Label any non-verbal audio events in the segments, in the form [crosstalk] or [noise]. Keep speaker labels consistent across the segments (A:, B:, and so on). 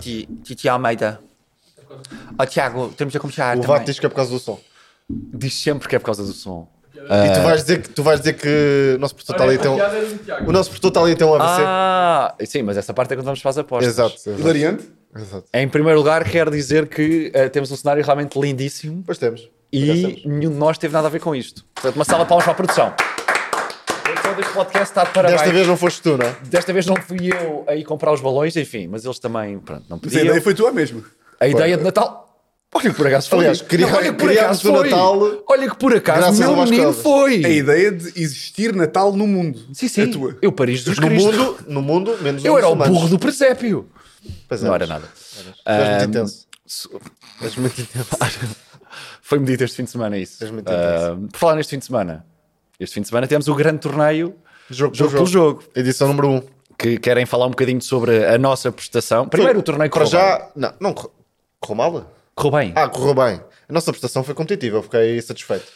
A: Titi Almeida. Ó Tiago, temos a começar
B: O
A: Ah, também.
B: Vato diz que é por causa do som.
A: Diz sempre que é por causa do som. Ah,
B: E
A: é.
B: tu vais dizer que, tu vais dizer que o nosso produtor está ali tem um, o nosso produtor está ali tem um AVC.
A: Ah, sim, mas essa parte é quando vamos para as apostas.
B: exato, exato,
C: Hilariante?
B: exato.
A: Em primeiro lugar, quero dizer que eh, temos um cenário realmente lindíssimo
B: Depois temos. Por acaso
A: e
B: temos.
A: nenhum de nós teve nada a ver com isto. Portanto, uma sala de palmas para a produção. A produção deste podcast está de parabéns.
B: Desta vez não foste tu, não é?
A: Desta vez não fui eu aí comprar os balões, enfim, mas eles também, pronto, não
C: Mas a
A: pediam.
C: ideia foi tua mesmo.
A: A ideia de Natal. Olha que por acaso foi.
B: Aliás, cria-
A: Não, olha que por
B: criámos
A: acaso
B: o
A: foi.
B: Natal
A: Olha que por acaso
B: graças ao
A: meu
B: Vasco
A: menino
B: Alves.
A: foi.
C: A ideia de existir Natal no mundo.
A: Sim, sim.
C: A tua.
A: Eu, Paris dos
B: é No
A: Cristos.
B: mundo, no mundo, menos
A: Eu
B: os
A: era o
B: muçulmanos.
A: burro do presépio.
B: Pois é,
A: Não era
B: mas-
A: nada.
B: Tu és muito intenso.
A: Mas muito intenso. [laughs] Foi medido este fim de semana isso.
B: És muito
A: Ah, Por falar neste fim de semana. Este fim de semana temos o grande torneio
B: Jogo,
A: Jogo
B: por
A: pelo Jogo.
B: Edição número 1. Um.
A: Que querem falar um bocadinho sobre a nossa prestação. Primeiro o torneio
B: Para
A: correu bem.
B: já. Não, não correu correu mal.
A: Correu bem.
B: Ah, correu bem. A nossa prestação foi competitiva, eu fiquei satisfeito.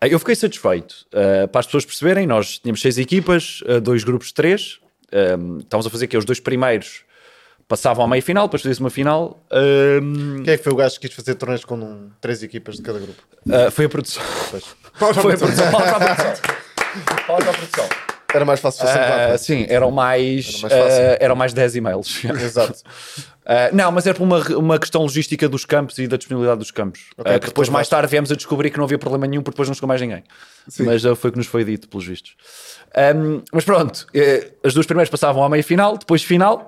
A: Ah, Eu fiquei satisfeito. Uh, para as pessoas perceberem, nós tínhamos seis equipas, uh, dois grupos de três. Um, estávamos a fazer que os dois primeiros passavam à meia final, depois fazia-se uma final. Um,
B: Quem é que foi o gajo que quis fazer torneios com um, três equipas de cada grupo?
A: uh, foi a produção.
B: [laughs] Pois.
A: Foi a produção. Palmas para a produção. Palmas para a produção.
B: Era mais fácil fazer
A: Uh,
B: uh,
A: sim, eram mais,
B: Era mais fácil.
A: uh, eram mais 10 e-mails.
B: [laughs] Exato.
A: Uh, não, mas era por uma, uma questão logística dos campos e da disponibilidade dos campos.
B: Ok,
A: Uh, que
B: porque
A: depois,
B: depois
A: mais
B: nós-
A: tarde, viemos a descobrir que não havia problema nenhum, porque depois não chegou mais ninguém. Mas uh, foi o que nos foi dito, pelos vistos. Um, mas pronto, eh, as duas primeiras passavam à meia final, depois final,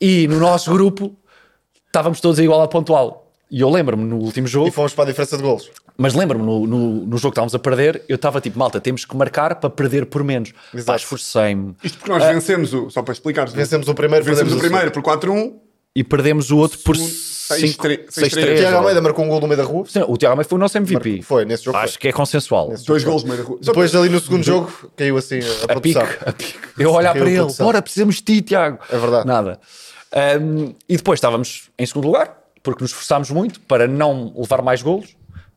A: e no nosso grupo estávamos todos a igual a pontual. E eu lembro-me no último jogo,
B: E fomos para a diferença de golos.
A: mas lembro-me no, no, no jogo que estávamos a perder, eu estava tipo, malta, temos que marcar para perder por menos.
B: Exato.
A: Pá, esforcei-me.
C: Isto porque nós vencemos o. Só para explicar.
B: Vencemos o primeiro,
C: Vencemos
B: perdemos
C: o primeiro por 4-1.
A: E perdemos o outro por
C: Segundo, um, seis,
A: 6
C: tre- seis, três.
B: segundo. Tiago Almeida marcou um gol no meio da rua.
A: O Tiago Almeida foi o nosso MVP.
B: Foi, nesse jogo
A: Acho que é consensual.
C: Dois gols no meio da rua.
B: foi. Depois ali no segundo jogo caiu assim a
A: A pique,
B: produção.
A: a pique. Eu olhar
B: Caiu
A: para
B: a
A: ele,
B: produção.
A: bora, precisamos de ti, Tiago.
B: É verdade.
A: Nada. Ahm, e depois estávamos em segundo lugar, porque nos esforçámos muito para não levar mais golos.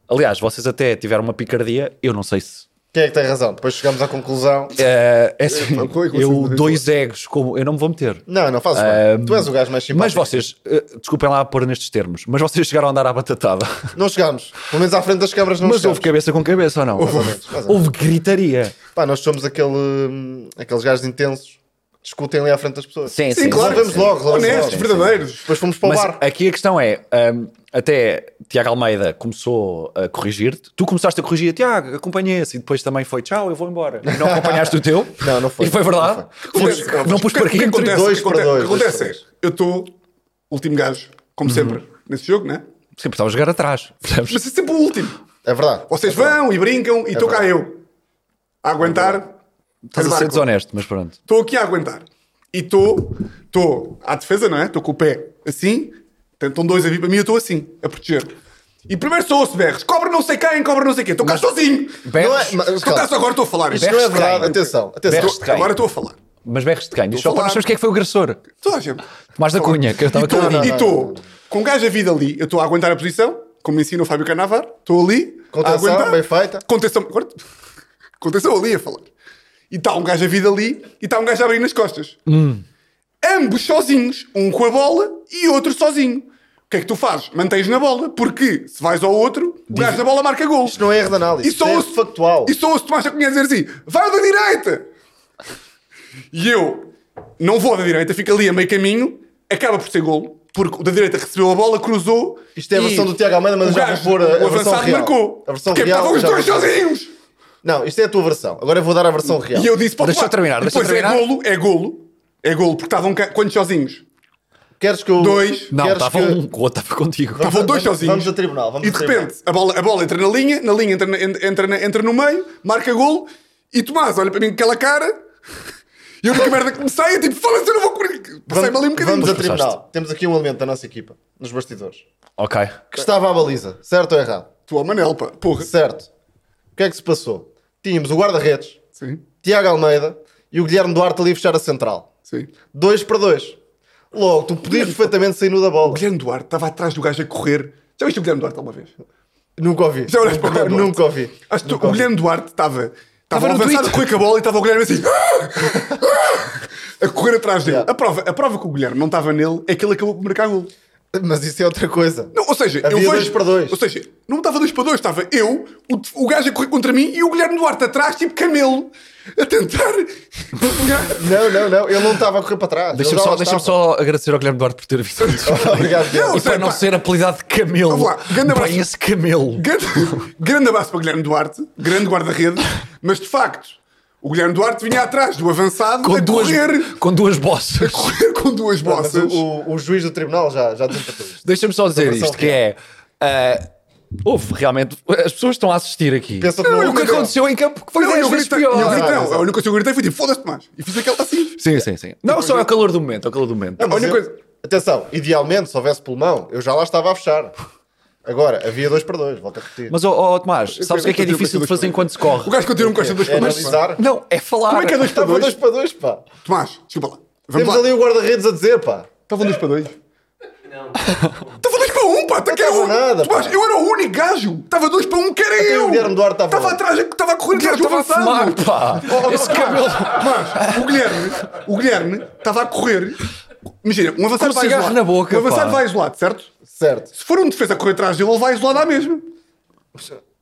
A: Aliás, vocês até tiveram uma picardia, eu não sei se.
B: Quem é que tem razão? Depois chegamos à conclusão.
A: Ah, é assim,
C: pá, como é que vocês não
A: eu
C: têm
A: dois egos, como eu não me vou meter.
B: Não, não fazes bem. Tu és o gajo mais
A: Mas
B: simpático.
A: vocês, ah, desculpem lá pôr nestes termos, mas vocês chegaram a andar à batatada.
B: Não chegámos. Pelo menos à frente das câmaras não
A: mas
B: chegámos.
A: houve cabeça com cabeça ou não?
B: ou menos, mais ou
A: houve gritaria.
B: Pá, nós somos aquele, hum, aqueles gajos intensos. Discutem ali à frente das pessoas.
C: Sim, claro.
B: Resolvemos
C: sim.
B: logo, resolvemos
C: Honestos,
B: logo.
C: verdadeiros.
B: Depois fomos para o
A: Mas
B: bar.
A: aqui a questão é: hum, até Tiago Almeida começou a corrigir-te, tu começaste a corrigir, Tiago, acompanhei esse, e depois também foi tchau, eu vou embora. E não acompanhaste o teu?
B: Não, não foi.
A: E foi verdade?
C: O que
A: Foste-
C: acontece-
A: não pus
C: o que-
A: para
C: O que
A: quem
C: acontece,
B: dois
C: o que aconte-
B: para dois,
C: o que acontece
B: dois para
C: é. Eu estou último gajo, como sempre, nesse jogo, né?
A: Sempre estava a jogar atrás. percebes?
C: Mas é sempre o último.
B: É verdade.
C: Vocês vão e brincam e estou cá eu. A aguentar.
A: Estás a ser
C: Marco.
A: desonesto, mas pronto.
C: Estou aqui a aguentar. E estou estou à defesa, não é? Estou com o pé assim. Estão dois a vir para mim e eu estou assim, a proteger. E primeiro só ouço berros. Cobra não sei quem, cobra não sei quem. Estou cá sozinho.
A: Berros?
B: Não é- mas,
C: Estou cá
B: calma.
C: só agora, estou a falar.
B: Isto não é
A: Berros de
B: verdade.
A: quem?
B: Atenção,
A: Berros
B: atenção.
A: de quem?
C: Agora estou a falar.
A: Mas berres de quem? Diz só
C: Vou
A: para nós
C: falar.
A: sabermos quem é que foi o agressor.
C: Toda a gente.
A: Tomás da Cunha, que eu estava
C: E tô-
A: com
B: não,
C: E
B: não,
C: estou com um gajo a vida ali. Eu estou a aguentar a posição, como me ensina o Fábio Canavar. Estou ali.
B: Contenção,
C: a aguentar.
B: bem feita.
C: Contenção. Agora, contenção ali a falar. E está um gajo a vida ali e está um gajo a abrir nas costas.
A: Hum.
C: Ambos sozinhos. Um com a bola e outro sozinho. O que é que tu fazes? Mantens na bola, porque se vais ao outro, o gajo da bola marca gol.
B: Isto não é erro de análise.
C: E
B: Isto
C: só
B: é
C: ouço,
B: factual.
C: E só ouço Tomás Cunha dizer assim: vai da direita! E eu não vou da direita, fico ali a meio caminho, acaba por ser golo, porque o da direita recebeu a bola, cruzou.
B: Isto é a
C: e
B: versão do Tiago Almeida, mas
C: o
B: eu já
C: gajo,
B: vou pôr a-
C: o
B: a versão
C: avançado
B: real.
C: marcou.
B: A versão
C: porque
B: real,
C: estavam os
B: já
C: dois
B: vou pôr.
C: sozinhos!
B: Não, isto é a tua versão. Agora eu vou dar a versão real.
C: E eu disse: pode
A: Deixa eu terminar, deixa eu
C: Depois é
A: terminar.
C: golo, é golo, é golo, porque estavam ca- quantos sozinhos?
B: Queres que eu.
C: Dois.
A: Não,
B: Queres
A: estava
B: que-
A: um, o outro estava contigo.
C: Estavam dois
B: vamos-
C: sozinhos.
B: vamos a tribunal, vamos
C: e
B: a
C: de
B: tribunal.
C: repente a bola, a bola entra na linha, na linha entra, na- en- entra, na- entra no meio, marca golo e Tomás olha para mim com aquela cara [laughs] e eu que merda que comecei é tipo, fala se eu não vou correr. Passei-me ali
B: Vamos,
C: um bocadinho.
B: vamos a
A: Depois
B: tribunal.
A: passaste.
B: Temos aqui um elemento da nossa equipa, nos bastidores,
A: Ok.
B: que estava à baliza. Certo ou errado?
C: Tu, ó Manel, pá, porra.
B: Certo. O que é que se passou? Tínhamos o guarda-redes,
C: Sim,
B: Tiago Almeida e o Guilherme Duarte ali a fechar a central.
C: sim.
B: Dois para dois. Logo, tu podias perfeitamente sair no da
C: O
B: bola.
C: Guilherme Duarte estava atrás do gajo a correr. Já viste o Guilherme Duarte alguma vez?
B: Nunca ouvi.
C: Já olhaste para o
B: Nunca,
C: Guilherme Duarte?
B: [laughs] nunca ouvi.
C: Acho que
B: Nunca
C: o
B: ouvi.
C: Guilherme Duarte estava. Estava
A: no
C: avançado
A: Twitter.
C: a correr com a bola e estava o
B: [laughs]
C: Guilherme assim. [laughs] a correr atrás dele.
B: Yeah.
C: A, prova, a prova que o Guilherme não estava nele é que ele acabou por marcar gol.
B: Mas isso é outra coisa.
C: Não, ou seja,
B: Havia
C: eu
B: dois
C: vejo.
B: para dois.
C: Ou seja, não estava dois para dois, estava eu, o, o gajo a correr contra mim e o Guilherme Duarte atrás, tipo camelo, a tentar. [laughs]
B: Não, não, não. Ele não estava a correr para trás.
A: Deixa-me
B: Ele já
A: só,
B: lá
A: deixa
B: estava.
A: só agradecer ao Guilherme Duarte por ter visto.
B: tá Obrigado, Guilherme.
A: e para não
C: pá.
A: ser apelidado de Camelo.
C: Vamos lá, grande abraço.
A: Bem, esse Camelo.
C: Grande, grande abraço para Guilherme Duarte, grande guarda-redes, mas de facto, o Guilherme Duarte vinha atrás do avançado
A: Com
C: a
A: duas,
C: correr,
A: com duas
C: a
A: bossas.
C: correr [laughs] com duas
B: Mas
C: bossas.
B: o, o- o juiz do tribunal já, já desempatou isto.
A: Deixa-me só dizer
B: versão
A: isto, que é... ah, houve realmente... As pessoas estão a assistir aqui.
B: Pensa que
C: Não,
B: não,
C: eu
A: O que
C: Não.
A: aconteceu em campo que foi
C: Não,
A: 10
C: eu
A: vezes
C: gritei,
A: pior.
C: eu gritei,
B: Ah, mas-
C: a única coisa que eu gritei foi tipo, foda-se mais. E fiz aquele assim.
A: Sim, sim, sim. Não, só é o calor do momento, é o calor do momento.
C: a única coisa-
B: Atenção, idealmente, se houvesse pulmão, eu já lá estava a fechar. Agora, havia dois para dois, volto a repetir.
A: Mas, ó ó, Tomás, sabes o que é que é difícil de fazer enquanto se
C: O
A: corre?
C: gajo continua um coxa dois
B: é
C: para dois.
B: analisar.
A: Não, é falar.
C: Como é que é dois para
B: Estava
C: dois?
B: dois para dois, pá.
C: Tomás, desculpa lá. Vamos
B: Temos
C: lá.
B: ali o guarda-redes a dizer, pá.
C: Estavam dois para dois. Estava dois para um, pá! Até que era
B: estava
C: um.
B: nada,
C: Tomás,
B: pá.
C: eu era o único gajo! Estava dois para um, que era
B: Até
C: eu!
B: o Guilherme Duarte estava lá.
C: atrás, estava a correr atrás do
A: Estava a
C: avançado!
A: fumar, pá. Esse cabelo...
C: Mas o Guilherme, o Guilherme estava a correr. Imagina, um avançado
A: Com
C: vai
A: cigarro
C: isolado.
A: na boca,
C: um avançado
A: pá.
C: vai isolado, certo?
B: Certo.
C: Se for um defesa a correr atrás dele, ele vai isolado à mesma.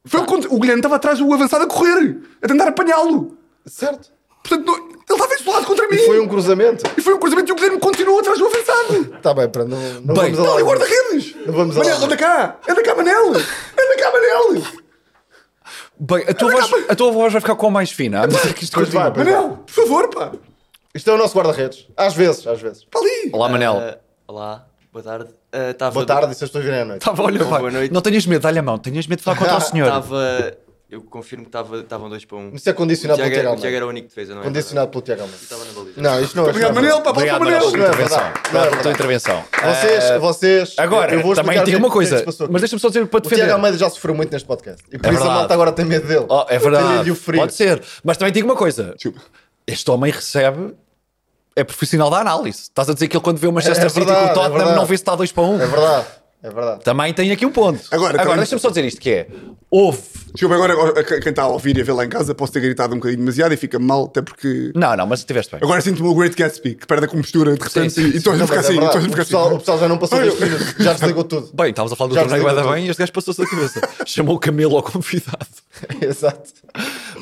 C: Foi o, contra- o Guilherme estava atrás do avançado a correr, a tentar apanhá-lo.
B: Certo.
C: Portanto, não- ele estava isolado contra mim.
B: Foi um cruzamento.
C: E foi um cruzamento e o Guilherme continuou atrás do avançado.
B: Está bem, para não, não
A: Bem,
B: vamos
C: Está ali então é o
B: lá.
C: guarda-redes.
B: Não vamos lá.
C: Manel, anda cá. Anda cá, Manel. Anda cá, Manel.
A: Bem, a tua, voz, a tua voz vai ficar com mais fina. à medida que isto
B: Pois vai,
A: continua.
B: pois vai.
C: Manel, por favor, pá.
B: Isto é o nosso guarda-redes. Às vezes, às vezes.
C: Para ali.
A: Olá, Manel.
D: Ah, olá, boa tarde. Ah, tava-
B: Boa tarde, e se as pessoas virem à
C: Tá
B: noite.
A: Tava, olha,
D: Boa
A: vai.
D: noite.
A: Não tenhas medo, dá-lhe a mão. Tenhas medo de falar contra
C: [laughs]
A: o senhor.
D: Tava, eu confirmo que tava- estavam dois para um.
B: Isso é condicionado
D: O
B: pelo
D: Tiago
B: Tiago
D: era- o Tiago
B: Almeida.
D: era o único defesa, não é?
B: Condicionado pelo Tiago Almeida.
D: Estava na baliza.
B: Não, isto não é.
C: Tá Obrigado, Manel. Pá, para
A: Obrigado,
C: o
A: Manel, pela
C: Manel.
A: tua
B: Não é
A: intervenção.
B: verdade.
A: Obrigado
B: Não é
A: pela tua
B: verdade.
A: intervenção.
B: Vocês,
A: Ah,
B: vocês. eu
A: Agora,
B: vou
A: também
B: explicar
A: digo
B: o que é
A: uma
B: que
A: coisa,
B: se passou aqui.
A: mas deixa-me só dizer para
B: O Tiago
A: defender. É
B: Almeida já sofreu muito neste podcast. E por isso a
A: verdade.
B: malta agora tem medo dele.
A: Oh, é
B: Tem medo de
A: verdade.
B: o ferir.
A: Pode ser. Mas também digo uma coisa. Este homem recebe. É profissional da análise. Estás a dizer que ele, quando vê o Manchester
B: É
A: City
B: verdade,
A: com o
B: é
A: Tottenham,
B: verdade.
A: não vê se está 2 para 1. Um.
B: É verdade. É verdade.
A: Também tem aqui um ponto.
C: Agora,
A: Agora,
C: também-
A: deixa-me só dizer isto: que é. Houve.
C: Desculpa, agora a- a- quem está a ouvir e a ver lá em casa, posso ter gritado um bocadinho demasiado e fica mal, até porque.
A: Não, não, mas estiveste bem.
C: Agora sinto-me o Great Gatsby, que perde a compostura de repente
A: Sim, sim,
C: e- e todos a
B: Não,
C: ficar
B: mas é
C: assim,
B: verdade.
C: todos a
B: O
C: ficar
B: pessoal, o
C: assim.
B: pessoal já não passou
C: Olha,
B: 10 minutos, já desligou
A: [laughs]
B: tudo.
A: Bem, estávamos a falar do
B: Já
A: torneio
B: sei
A: da
B: tudo.
A: bem e este gajo passou-se da
B: [laughs]
A: cabeça. Chamou o Camelo ao convidado.
B: Exato.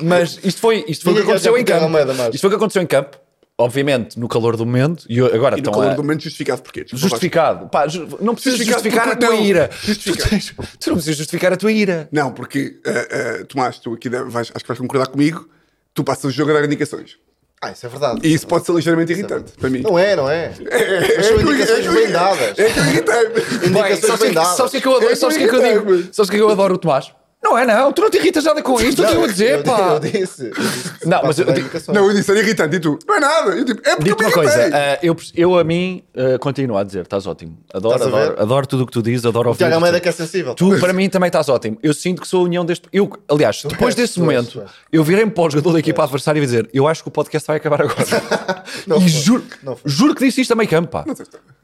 A: Mas isto foi, isto foi o que
B: Ninguém quer
A: aconteceu em
B: ter
A: campo.
B: Almeida mais.
A: Isto foi o que aconteceu em campo. Obviamente, no calor do momento. E agora
C: E no
A: estão
C: calor
A: a-
C: Então, do momento justificado porquê? Desculpa,
A: Justificado. Pá, ju- não precisas
C: Justificado
A: justificar a
C: porque
A: tua
C: não.
A: ira.
C: Justificado.
A: Tu, tens- tu não precisas justificar a tua ira.
C: Vasco. Não, porque, ah, ah, Tomás, tu aqui deve- vais- acho que vais concordar comigo, tu passas o jogo a dar indicações.
B: Ah, isso é verdade.
C: E isso pode ser ligeiramente irritante para mim.
B: Não é, não é. Mas são
C: que eu-
B: indicações
C: é que eu-
B: bem dadas.
C: É que
B: [laughs]
C: eu irritei.
A: Bem,
B: Indicações
A: sabes o que-
B: bem dadas.
A: sabes o que é que eu adoro?
C: É
A: Sabes o que é que eu
C: bem
A: digo?
C: dadas.
A: Sabes o que é que eu adoro, o Tomás? Não é, não. Tu não te irritas nada com isto. Eu
B: Não,
A: estou a dizer,
B: eu,
A: pá.
B: Eu disse. eu disse que
A: Não,
B: se
A: mas
B: passa
A: eu
B: bem
A: digo-
B: indicações.
C: Não, eu disse, era irritante. E tu, não é nada. Eu tipo, é porque eu
A: Digo-te
C: me
A: uma coisa,
C: irritei.
A: ah, eu, eu a mim ah, continuo a dizer, estás ótimo. Adoro,
B: Estás a ver?
A: adoro, adoro tudo o que tu dizes, adoro ouvir.
B: Tiago Almeida que é sensível.
A: Tu, para mim, também estás ótimo. Eu sinto que sou a união deste. Eu, aliás, depois
B: és,
A: desse
B: tu és,
A: momento,
B: tu és. É.
A: eu virei-me para o jogador da equipa adversária e dizer: Eu acho que o podcast vai acabar agora.
B: [laughs] Não
A: e
B: foi,
A: juro,
B: não foi.
A: juro que disse isto a meio campo, pá.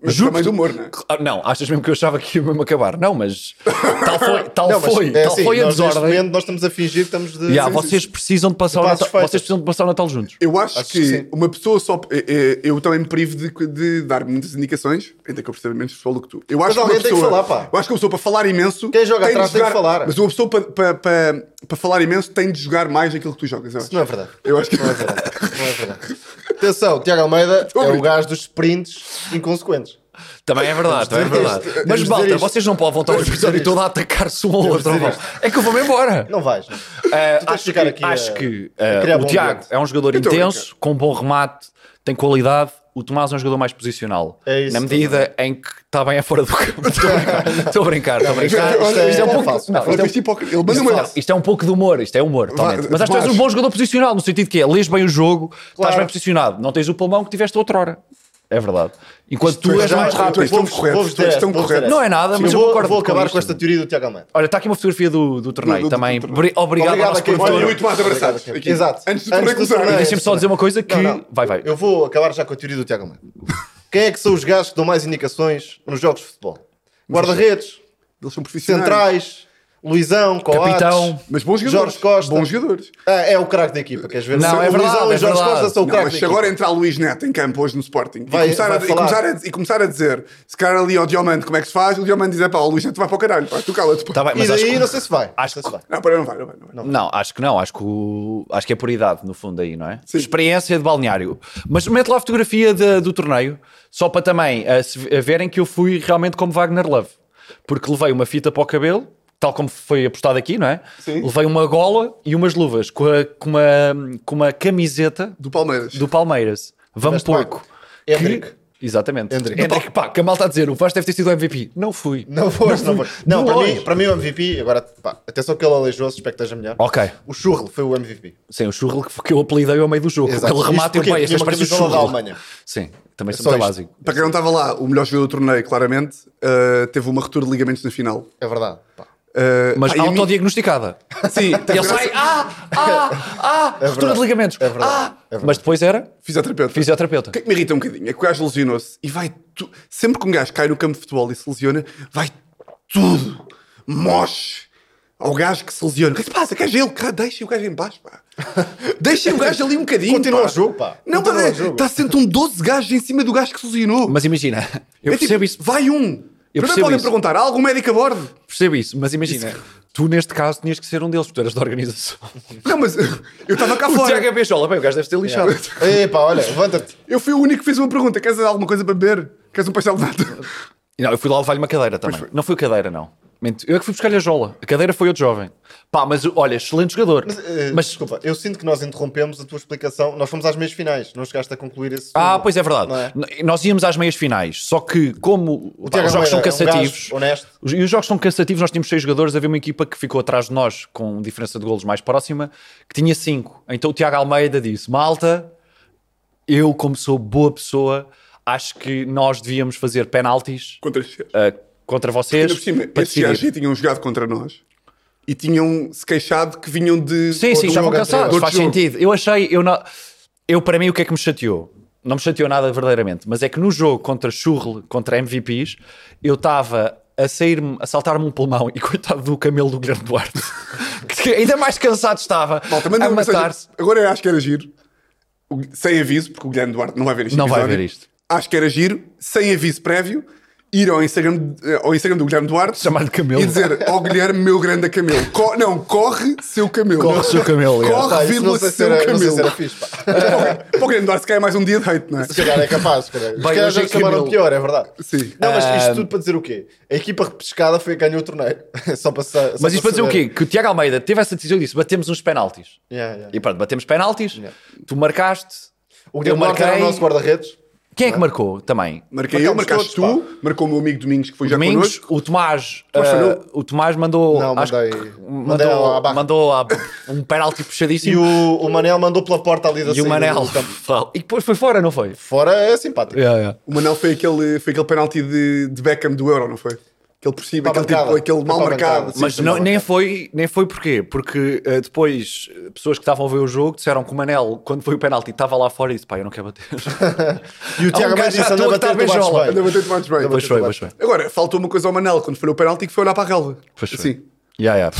C: Mas
A: Juro
C: também
A: que-
C: do humor, não é?
A: Ah, Não, achas mesmo que eu achava que ia mesmo acabar? Não, mas tal
B: [laughs]
A: foi, tal
B: Não, mas
A: foi,
B: é
A: tal
B: assim,
A: foi a
B: nós neste
A: desordem.
B: momento Nós estamos a fingir que estamos de.
A: Yeah,
B: Sim, sim,
A: vocês precisam de passar o
B: De
A: Natal,
B: passos feitos.
A: vocês precisam de passar o Natal juntos.
C: Eu acho,
B: Acho
C: que,
B: que sim.
C: uma pessoa só. eh, eh, Eu também me privo de, de dar muitas indicações, ainda que eu perceba menos pessoal do que tu. Eu acho
B: alguém
C: uma
B: tem que falar, pá.
C: Eu acho que uma pessoa para falar imenso.
B: Quem joga
C: tem de
B: atrás tem que
C: jogar-
B: falar.
C: Mas uma pessoa para, para, para, para falar imenso tem de jogar mais aquilo que tu jogas. Eu acho.
B: Isso não é verdade.
C: Eu acho que-
B: Não é verdade. Não é verdade. Atenção, o Tiago Almeida é o gajo dos sprints inconsequentes.
A: Também é verdade, também é
B: dizer
A: verdade.
B: isto, temos
A: Mas
B: de
A: malta,
B: dizer isto.
A: vocês não podem voltar o
B: Temos de dizer
A: episódio
B: isto.
A: todo a atacar-se um ao
B: Temos de
A: outro.
B: dizer
A: não vão. É que eu vou-me embora.
B: Não vais. não.
A: Eh,
B: Tu tens de
A: acho
B: ficar
A: que,
B: aqui
A: acho
B: a-
A: que,
B: a
A: eh,
B: criar
A: o
B: bom
A: Tiago
B: ambiente.
A: é um jogador
C: Eu estou a
A: intenso, com bom remate, tem qualidade. O Tomás é um jogador mais posicional.
B: É isso,
A: na medida em que está bem é fora do campo. [laughs] Estou a brincar, estou a brincar. Estou a
B: Isto
A: brincar.
B: é- isto é-
A: Isto é um
B: é
A: pouco-
B: falso.
A: não,
C: Olha,
A: isto é um-
C: viste hipócrita. Ele manda
B: Isto
C: uma.
B: é
A: não,
B: falso.
A: Isto é um pouco de humor, isto é humor, totalmente. Mas acho que tu és um
C: Tomás.
A: bom jogador posicional, no sentido que é, lês bem o jogo, estás bem posicionado, não tens o pulmão que tiveste outrora. É verdade. Enquanto tu
B: é
A: és
C: já-
A: mais
C: tu és
A: rápido.
C: tão correto,
B: Vou-vos
C: tu és
B: direto,
C: tão
B: vou-vos
C: correto.
B: direto.
A: Não é nada, mas eu
B: vou,
A: concordo
B: vou
A: com
B: acabar
A: isto.
B: com esta teoria do Tiago Almeida.
A: Olha, está aqui uma fotografia do, do torneio
C: Do- do-
A: também.
C: do
A: Obri- Obrigado, ao
B: Obrigado
A: nosso
B: a quem
A: produtor.
C: Olha, eu e Tomás abraçados.
B: Obrigado,
C: aqui.
B: Exato.
C: Antes do torneio
B: do
C: começar.
B: torneio.
A: Deixa-me só dizer uma coisa que.
B: Não, não.
A: Vai, vai.
B: Eu vou acabar já com a teoria do Tiago Almeida. Quem é que são os gajos que dão mais indicações nos jogos de futebol? Guarda-redes,
C: Eles são profissionais.
B: centrais, Luizão, Coates,
A: Capitão.
C: Mas bons jogadores.
B: Jorge Costa.
C: Bons jogadores.
B: Ah, é o craque da equipa, queres ver?
A: Não,
B: o
A: é verdade, é
B: Luizão e Jorge
A: verdade.
B: Costa são o
C: Não,
B: craque
C: mas
B: da
C: se
B: equipa.
C: agora entrar Luís Neto em campo hoje no Sporting
B: Vai-
C: e, começar
B: vai
C: a, e
B: falar.
C: começar a- e começar a dizer se calhar ali ao Diomante como é que se faz, o Diomante diz é pá, o Luís Neto vai para o caralho, pá, tu cala-te. pá."
A: Tá bem,
B: E
A: mas
B: daí
A: acho que...
B: não sei se vai.
A: acho
B: não sei se vai.
C: Não, para não vai, não vai. Não vai.
A: Não, acho que não. Acho que, o- acho que é por idade, no fundo, aí, não é?
C: Sim.
A: Experiência de balneário. Mas mete lá a fotografia de- do torneio, só para também eh, se- eh, verem que eu fui realmente como Wagner Love. Porque levei uma fita para o cabelo, tal como foi apostado aqui, não é?
C: Sim.
A: Levei uma gola e umas luvas com, a- com uma, com uma camiseta
C: Do Palmeiras.
A: do Palmeiras. Vamos
B: Tiveste lá.
A: porco.
B: Hendrick.
A: Que- Exatamente.
B: Hendrick.
A: Hendrick, pá, que a malta a dizer, o Vasco deve ter sido o MVP. Não fui.
B: Não foste, não foste.
A: De
B: Não, para
A: longe.
B: mim, para mim o MVP, agora, pá, atenção que ele aleijou-se, espero que esteja melhor.
A: Ok.
B: O Churro foi o MVP.
A: Sim, o churro que- que eu apelidei ao meio do jogo.
B: Exato.
A: Aquele
B: Isto
A: remate, eu,
B: porquê?
A: pá,
B: Tinha
A: este
B: uma
A: parece o
B: camisola
A: churro.
B: da Alemanha.
A: Sim, também sou
B: É só
A: muito
B: isto.
A: básico.
C: Para quem não estava lá, o melhor jogador do torneio, claramente, eh, teve uma ruptura de ligamentos na final.
B: É verdade. pá.
C: Eh,
A: Mas
C: pá, e a mim-
A: Ah, autodiagnosticada.
C: [laughs] Sim, teve
A: Ele sai,
C: graça-
A: ah, ah, ah, ruptura
B: É verdade.
A: de ligamentos.
B: É verdade.
A: Ah!
B: É verdade.
A: Mas depois era
C: Fisioterapeuta.
A: fisioterapeuta.
C: O que é que me irrita um bocadinho? É que o gajo lesionou-se e vai. Tu... Sempre que um gajo cai no campo de futebol e se lesiona, vai tudo. Moche. Ao gajo que se lesiona. O que é que se passa? Queres ele? Cara, deixem o gajo em paz,
A: [laughs]
C: pá. Deixem o gajo ali um bocadinho.
B: Continua
A: é
C: pá.
B: o jogo, pá.
C: Não,
B: Continua
C: pá,
B: o jogo.
C: está sentam 12 gajos em cima do gajo que se lesionou.
A: Mas imagina, eu
C: É tipo,
A: percebo isso,
C: Vai um.
A: Eu
C: Primeiro
A: percebo
C: podem
A: isso.
C: perguntar: há algum médico a bordo?
A: percebo isso, mas imagina, tu neste caso tinhas que ser um deles, porque tu eras da organização.
C: Não, mas [laughs] eu estava
A: [laughs]
C: cá
A: O
C: fora.
A: Tiago é beijola, bem, o gajo deve ter lixado.
B: Epá, olha, levanta-te.
C: Eu fui o único que fez uma pergunta: queres alguma coisa para beber? Queres um pastel de nata?
A: Não, eu fui lá levar-lhe uma cadeira também. Não fui cadeira, não. Mente, eu é que fui buscar-lhe a jola. A cadeira foi outro jovem. Pá, mas olha, excelente jogador. Mas,
B: Eh, Desculpa, eu sinto que nós interrompemos a tua explicação. Nós fomos às meias finais, não chegaste a concluir esse.
A: Ah,
B: filme,
A: pois é verdade.
B: não é?
A: N- Nós íamos às meias finais, só que como pá,
B: Tiago
A: os jogos são
B: Almeida é um
A: cansativos,
B: gajo honesto.
A: os- e os jogos são cansativos, nós tínhamos seis jogadores, havia uma equipa que ficou atrás de nós com diferença de golos mais próxima, que tinha cinco. Então o Tiago Almeida disse: Malta, eu, como sou boa pessoa, acho que nós devíamos fazer penaltis
C: [laughs] Contra os chefes.
A: ah, contra vocês.
C: Ainda por cima,
A: para
C: esses gajos já
A: decidir.
C: tinham jogado contra nós e tinham se queixado que vinham de.
A: Sim, sim,
C: outro
A: estavam
C: jogo
A: cansados,
C: anterior.
A: faz
C: Outro jogo.
A: sentido. Eu achei, eu, não, eu para mim o que é que me chateou? Não me chateou nada verdadeiramente, mas é que no jogo contra Churle, contra MVPs, eu estava a sair-me, a saltar-me um pulmão e [laughs] coitado do camelo do Guilherme Duarte, [laughs] que ainda mais cansado estava,
C: Malta, mandem
A: a
C: uma mensagem.
A: matar-se.
C: Agora eu acho que era giro, O- sem aviso, porque o Guilherme Duarte não vai ver isto.
A: Não vai ver isto.
C: Acho que era giro, sem aviso prévio, ir ao Instagram, eh, ao Instagram do Guilherme Duarte
A: Chamar-lhe camelo.
C: e dizer: Ó Guilherme, meu grande camelo. Co- não, corre seu camelo.
A: Corre, seu camelo, é.
B: Pá,
C: Corre,
B: isso não
C: vírgula,
B: sei se
C: seu
B: era, não sei se era
C: camelo.
B: fixe, pá.
C: [laughs] Para o Guilherme Duarte, se calhar é mais um dia de hate, não é?
B: Se calhar é capaz, se calhar. Os caras
A: hoje
B: já
A: é
B: te chamaram
A: Camilo.
B: pior, é verdade.
C: Sim.
B: Não, mas isto tudo para dizer o quê? A equipa repescada foi a que ganhou o torneio. [laughs] só para, sa- só
A: Mas isto para dizer o quê?
B: saber.
A: Que o Tiago Almeida teve essa decisão e disse: batemos uns penaltis.
B: Yeah, yeah.
A: E pronto, batemos penaltis, tu marcaste.
B: O
A: eu
B: Guilherme Duarte
A: marquei.
B: era o nosso guarda-redes.
A: Quem é que marcou também?
C: Marquei eu,
B: Marcámos
C: marcaste
B: todos,
C: tu, marcou o meu amigo Domingos que foi já
A: Domingos,
C: connosco.
A: o Tomás,
C: Tomás
A: ah,
C: falhou?
A: o Tomás mandou,
B: Não,
A: acho
B: mandei-
A: que
B: mandei
A: mandou,
B: à barra.
A: mandou à- um penalti
B: E
A: puxadíssimo
B: o, então. o Manel mandou pela porta ali da
A: e,
B: saída
A: o Manel.
B: do campo.
A: E depois foi fora, não foi?
B: Fora é simpático.
C: O Manel foi aquele, foi aquele penalti de, de Beckham do Euro, não foi? Aquele por cima,
B: Para a
C: aquele, tipo,
B: bancada.
C: aquele mal
B: Para a
C: marcado.
B: bancada.
A: Mas
B: sim,
A: não-
B: sim.
A: nem, foi, nem foi porquê? Porque ah, depois ah, pessoas que estavam a ver o jogo disseram que o Manel, quando foi o penalti, estava lá fora e disse: pá, eu não quero bater.
B: E o Tiago
A: um gajo
B: Mendes
A: à toa
B: disse: anda a
A: que tá está
B: bater, tu bates
A: beijola.
B: bem.
C: Ainda bateu tomates bem.
A: Pois foi, pois foi.
C: Agora, faltou uma coisa ao Manel quando foi o penalti que foi olhar para a relva.
A: Pois foi.
C: Sim.
A: Yeah, yeah.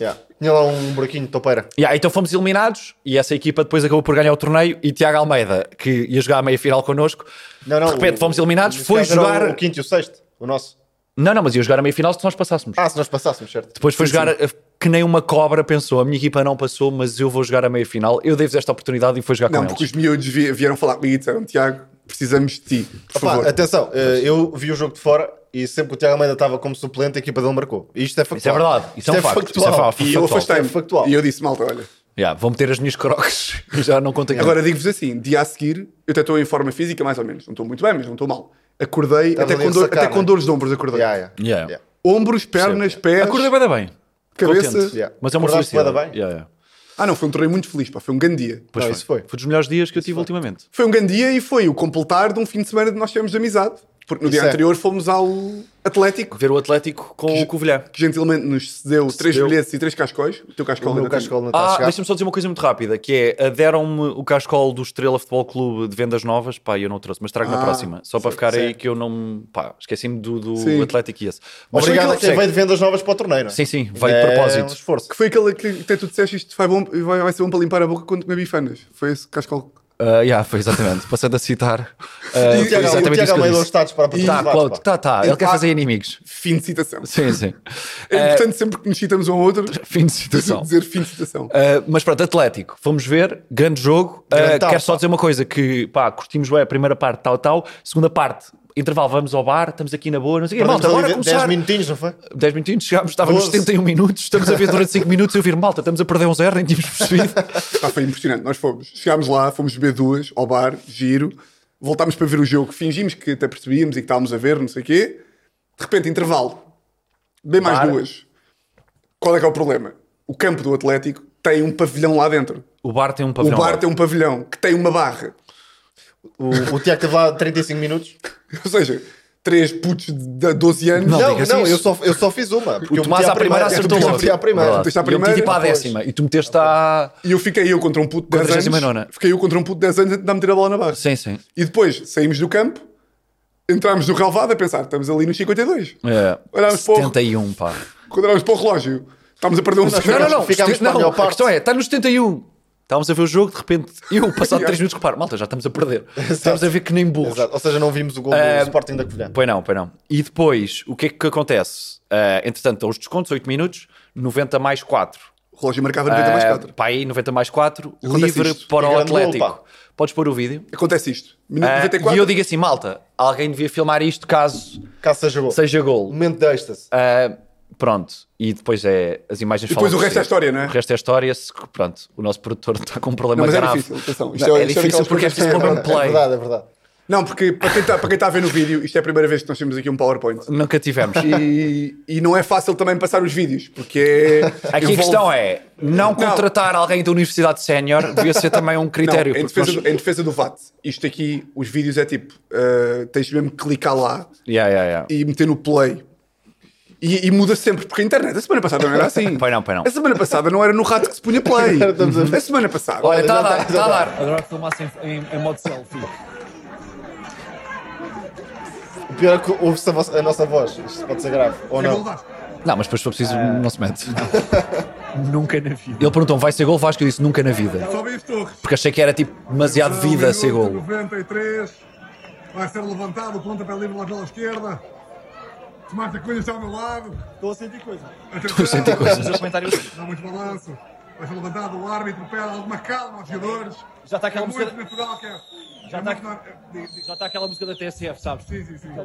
B: Yeah. Tinha lá um buraquinho de topeira.
A: Yeah, então fomos eliminados e essa equipa depois acabou por ganhar o torneio e Tiago Almeida, que ia jogar a meia final connosco,
B: Não, não,
A: de repente
B: o-
A: fomos eliminados,
B: nesse
A: foi
B: caso era
A: jogar.
B: O, o quinto e o sexto, o nosso.
A: Não, não, mas ia jogar a meia final se nós passássemos.
B: Ah, se nós passássemos, certo?
A: Depois foi jogar eh, que nem uma cobra pensou, a minha equipa não passou, mas eu vou jogar a meia final, eu devo esta oportunidade e foi jogar
C: Não,
A: com
C: porque
A: eles.
C: os miúdos vi- vieram falar comigo e disseram: Tiago, precisamos de ti, por
B: Opa,
C: favor.
B: atenção, eh, eu vi o jogo de fora e sempre que o Tiago Almeida estava como suplente, a equipa dele marcou. E isto é factual.
A: Isso é verdade, isso, é um facto. Isso é fa-
C: E
A: factual.
C: eu afastei-me.
B: é factual.
C: E eu disse: Malta, olha.
A: Yeah, vão meter as minhas croques e [laughs] já não
B: É.
A: conto aqui.
C: Agora digo-vos assim: dia a seguir, eu até estou em forma física, mais ou menos. Não estou muito bem, mas não estou mal. Acordei,
B: Estavas
C: até
B: ali
C: com,
B: a
C: dor,
B: ressacar,
C: até com
B: né?
C: dores de ombros acordei.
B: Yeah, yeah.
A: Yeah.
B: Yeah.
C: Ombros, pernas, pés,
A: Acordei bem, bem.
C: cabeça.
A: contente.
B: Yeah.
A: Mas é uma
B: Acordaste
A: felicidade.
B: bué da bem?
A: Yeah, yeah.
C: Ah, não, foi um torneio muito feliz, pá. Foi um grande dia.
A: Pois
B: Não,
A: foi.
B: isso foi.
A: Foi dos melhores dias que eu tive ultimamente.
C: Foi um grande dia e foi o completar de um fim de semana de nós tivemos de amizade. Porque no dia
B: Isso é.
C: anterior fomos ao Atlético,
A: Ver o Atlético com o Covilhã.
C: que gentilmente nos cedeu três
A: Cedeu.
C: bilhetes e três cascóis. O teu cascol
B: O meu
C: ainda tem.
B: cascolo não é? está a
A: Ah,
B: chegar.
A: deixa-me só dizer uma coisa muito rápida, que é, deram-me o cascol do Estrela Futebol Clube de vendas novas, pá, eu não o trouxe, mas trago na
C: Ah,
A: próxima, só para ficar aí
B: certo.
A: que eu não, me- pá, esqueci-me do, do
C: Sim.
A: Atlético e esse. Mas foi
B: Obrigado a
A: aquele
B: quem
A: que-
B: veio de vendas novas para o torneio, não é?
A: Sim, sim, veio de
B: É um
A: propósito.
B: esforço.
C: Que foi aquele que até tu disseste isto vai, bom, vai, vai ser bom para limpar a boca quando comer bifanas. Foi esse cascol.
A: Ah, yeah, foi exatamente, [laughs] passando a citar. ah,
B: E
A: foi
B: o
A: exatamente
B: Tiago- o Tiago
A: isso que eu
B: Almeida aos
A: disse.
B: Estados para
A: Tá,
B: para todos os lados,
A: Cláudio,
B: pá.
A: tá, tá, ele quer fazer inimigos.
C: Fim de citação.
A: Sim,
B: [laughs]
A: sim. Eh,
C: É importante sempre que nos citamos um ao outro
A: Fim de
B: [laughs]
A: citação.
C: dizer fim de citação.
A: Uh, mas pronto, Atlético, fomos ver, grande jogo. Uh,
B: Grande tal,
A: quero só
B: pá.
A: dizer uma coisa: que pá, curtimos bem a primeira parte, tal, tal. Segunda parte, intervalo, vamos ao bar, estamos aqui na boa, não sei o quê.
B: Perdemos
A: Malta,
B: ali
A: bora
B: de- 10
A: começar.
B: minutinhos, não foi?
A: 10 minutinhos, chegámos, estávamos
B: Doze.
A: 71 minutos, estamos a ver durante
B: [laughs]
A: 5 minutos. Eu vir, malta, estamos a perder um zero, nem tínhamos percebido.
C: Pá, foi impressionante. Nós fomos. Chegámos lá, fomos beber duas ao bar, giro. Voltámos para ver o jogo. Fingimos que até percebíamos e que estávamos a ver, não sei o quê. De repente, intervalo. Bem mais
A: Bar.
C: duas. Qual é que é o problema? O campo do Atlético tem um pavilhão lá dentro.
A: O bar tem um
C: O
A: pavilhão.
C: bar tem um pavilhão que tem uma barra. [laughs]
B: O, o Tiago esteve lá 35 minutos.
C: Ou seja, três putos de 12 anos.
A: [laughs] Não,
B: Não,
A: digas
B: não,
A: isso.
B: eu só, eu só fiz uma. porque
A: O
B: eu
A: Tomás
B: meti
A: à primeira acertou
B: eu
A: logo.
B: meti à primeira.
C: Verdade. Está à
A: eu meti
C: primeira,
A: tipo à
C: depois.
A: décima e tu meteste à.
C: E eu fiquei eu contra um puto de 10
A: 49ª.
C: anos. Fiquei eu contra um puto de 10 anos a tentar meter a bola na barra.
A: Sim, sim.
C: E depois saímos do campo, entramos no relvado a pensar, estamos ali nos 52.
A: É,
C: Olhámos para o-
A: 71, pá.
C: Quando olhámos para o relógio, estávamos a perder um
A: Não, não, não.
B: Ficámos
A: Este-
B: para a
A: não
B: melhor
A: a
B: parte.
A: questão é, está nos 71. Estávamos a ver o jogo, de repente, eu, passado 3 minutos, reparo, malta, já estamos a perder. Estamos a ver que nem burros.
B: Exato. Ou seja, não vimos o gol do
A: Ah,
B: Sporting da Covilhã.
A: Pois não, pois não. E depois, o que é que acontece? Ah, entretanto, estão os descontos, 8 minutos, 90 mais 4.
C: O relógio marcava 90 mais 4.
A: Para aí, 90 mais 4,
C: Acontece
A: livre
C: isto.
A: para
B: E
A: o
B: grande gol,
A: Atlético.
B: pá.
A: Podes pôr o vídeo.
C: Acontece isto. Minuto
A: Ah,
C: 94.
A: e eu digo assim, malta, alguém devia filmar isto caso
B: Caso seja gol.
A: seja gol.
B: Momento de êxtase.
A: Ah, pronto, e depois é as imagens
C: E depois
A: falam
C: o
A: por
C: resto
A: si.
C: é história, não é?
A: O resto é história, se- pronto, o nosso produtor está com um problema
C: Não, mas é
A: grave.
C: difícil, atenção, isto
A: Não,
C: é-
A: é
C: isto é
A: difícil
C: daquelas
A: porque é
C: coisas que
A: preciso pôr
C: têm-
A: mesmo
B: [laughs] É
A: play.
B: verdade, é verdade.
C: Não, porque para quem, está, para quem está a ver no vídeo, isto é a primeira vez que nós temos aqui um PowerPoint.
A: Nunca tivemos. [laughs]
C: E, e não é fácil também passar os vídeos, porque é.
A: Aqui
C: envolve-
A: a questão é: não contratar alguém da Universidade Sénior devia ser também um
C: Não,
A: critério.
C: em,
A: porque
C: defesa,
A: nós-
C: do- em defesa do VAT, isto aqui, os vídeos é tipo, ah, tens mesmo que clicar lá
A: Yeah, yeah, yeah.
C: e meter no play. E, e muda sempre, porque a internet a semana passada não era assim.
A: Pois não, pois não.
C: A semana passada não era no rato que se punha play.
B: Agora estamos a ver.
C: a semana passada.
A: Olha, está a
B: já
A: dar,
B: tá, já
A: está a
B: tá.
A: dar.
E: Adorava que filmassem em, em modo selfie.
B: O pior é que ouve-se a, vossa- a nossa voz. Isto pode ser grave. Ou não?
A: Não, mas depois se for preciso, não se mete.
E: Ah. [laughs] Nunca na vida.
A: Ele perguntou: vai ser gol? Vasco, eu disse nunca na vida.
F: Tobias Torres.
A: Porque achei que era tipo demasiado vida ser
F: Minuto
A: gol.
F: 93. Vai ser levantado o pontapé livre lá pela esquerda. Tomás da Cunha está ao meu lado.
E: Estou a sentir coisa.
F: Estou a sentir
A: coisas.
F: Dá muito balanço. Vai ser levantado o árbitro. Pede alguma calma aos jogadores.
E: Já está aquela
F: é muito
E: música-
F: natural que é.
E: Já tá- está-
F: é muito na- é- de- de-
E: Já está aquela música da TSF, sabes?
F: Sim, sim, sim. É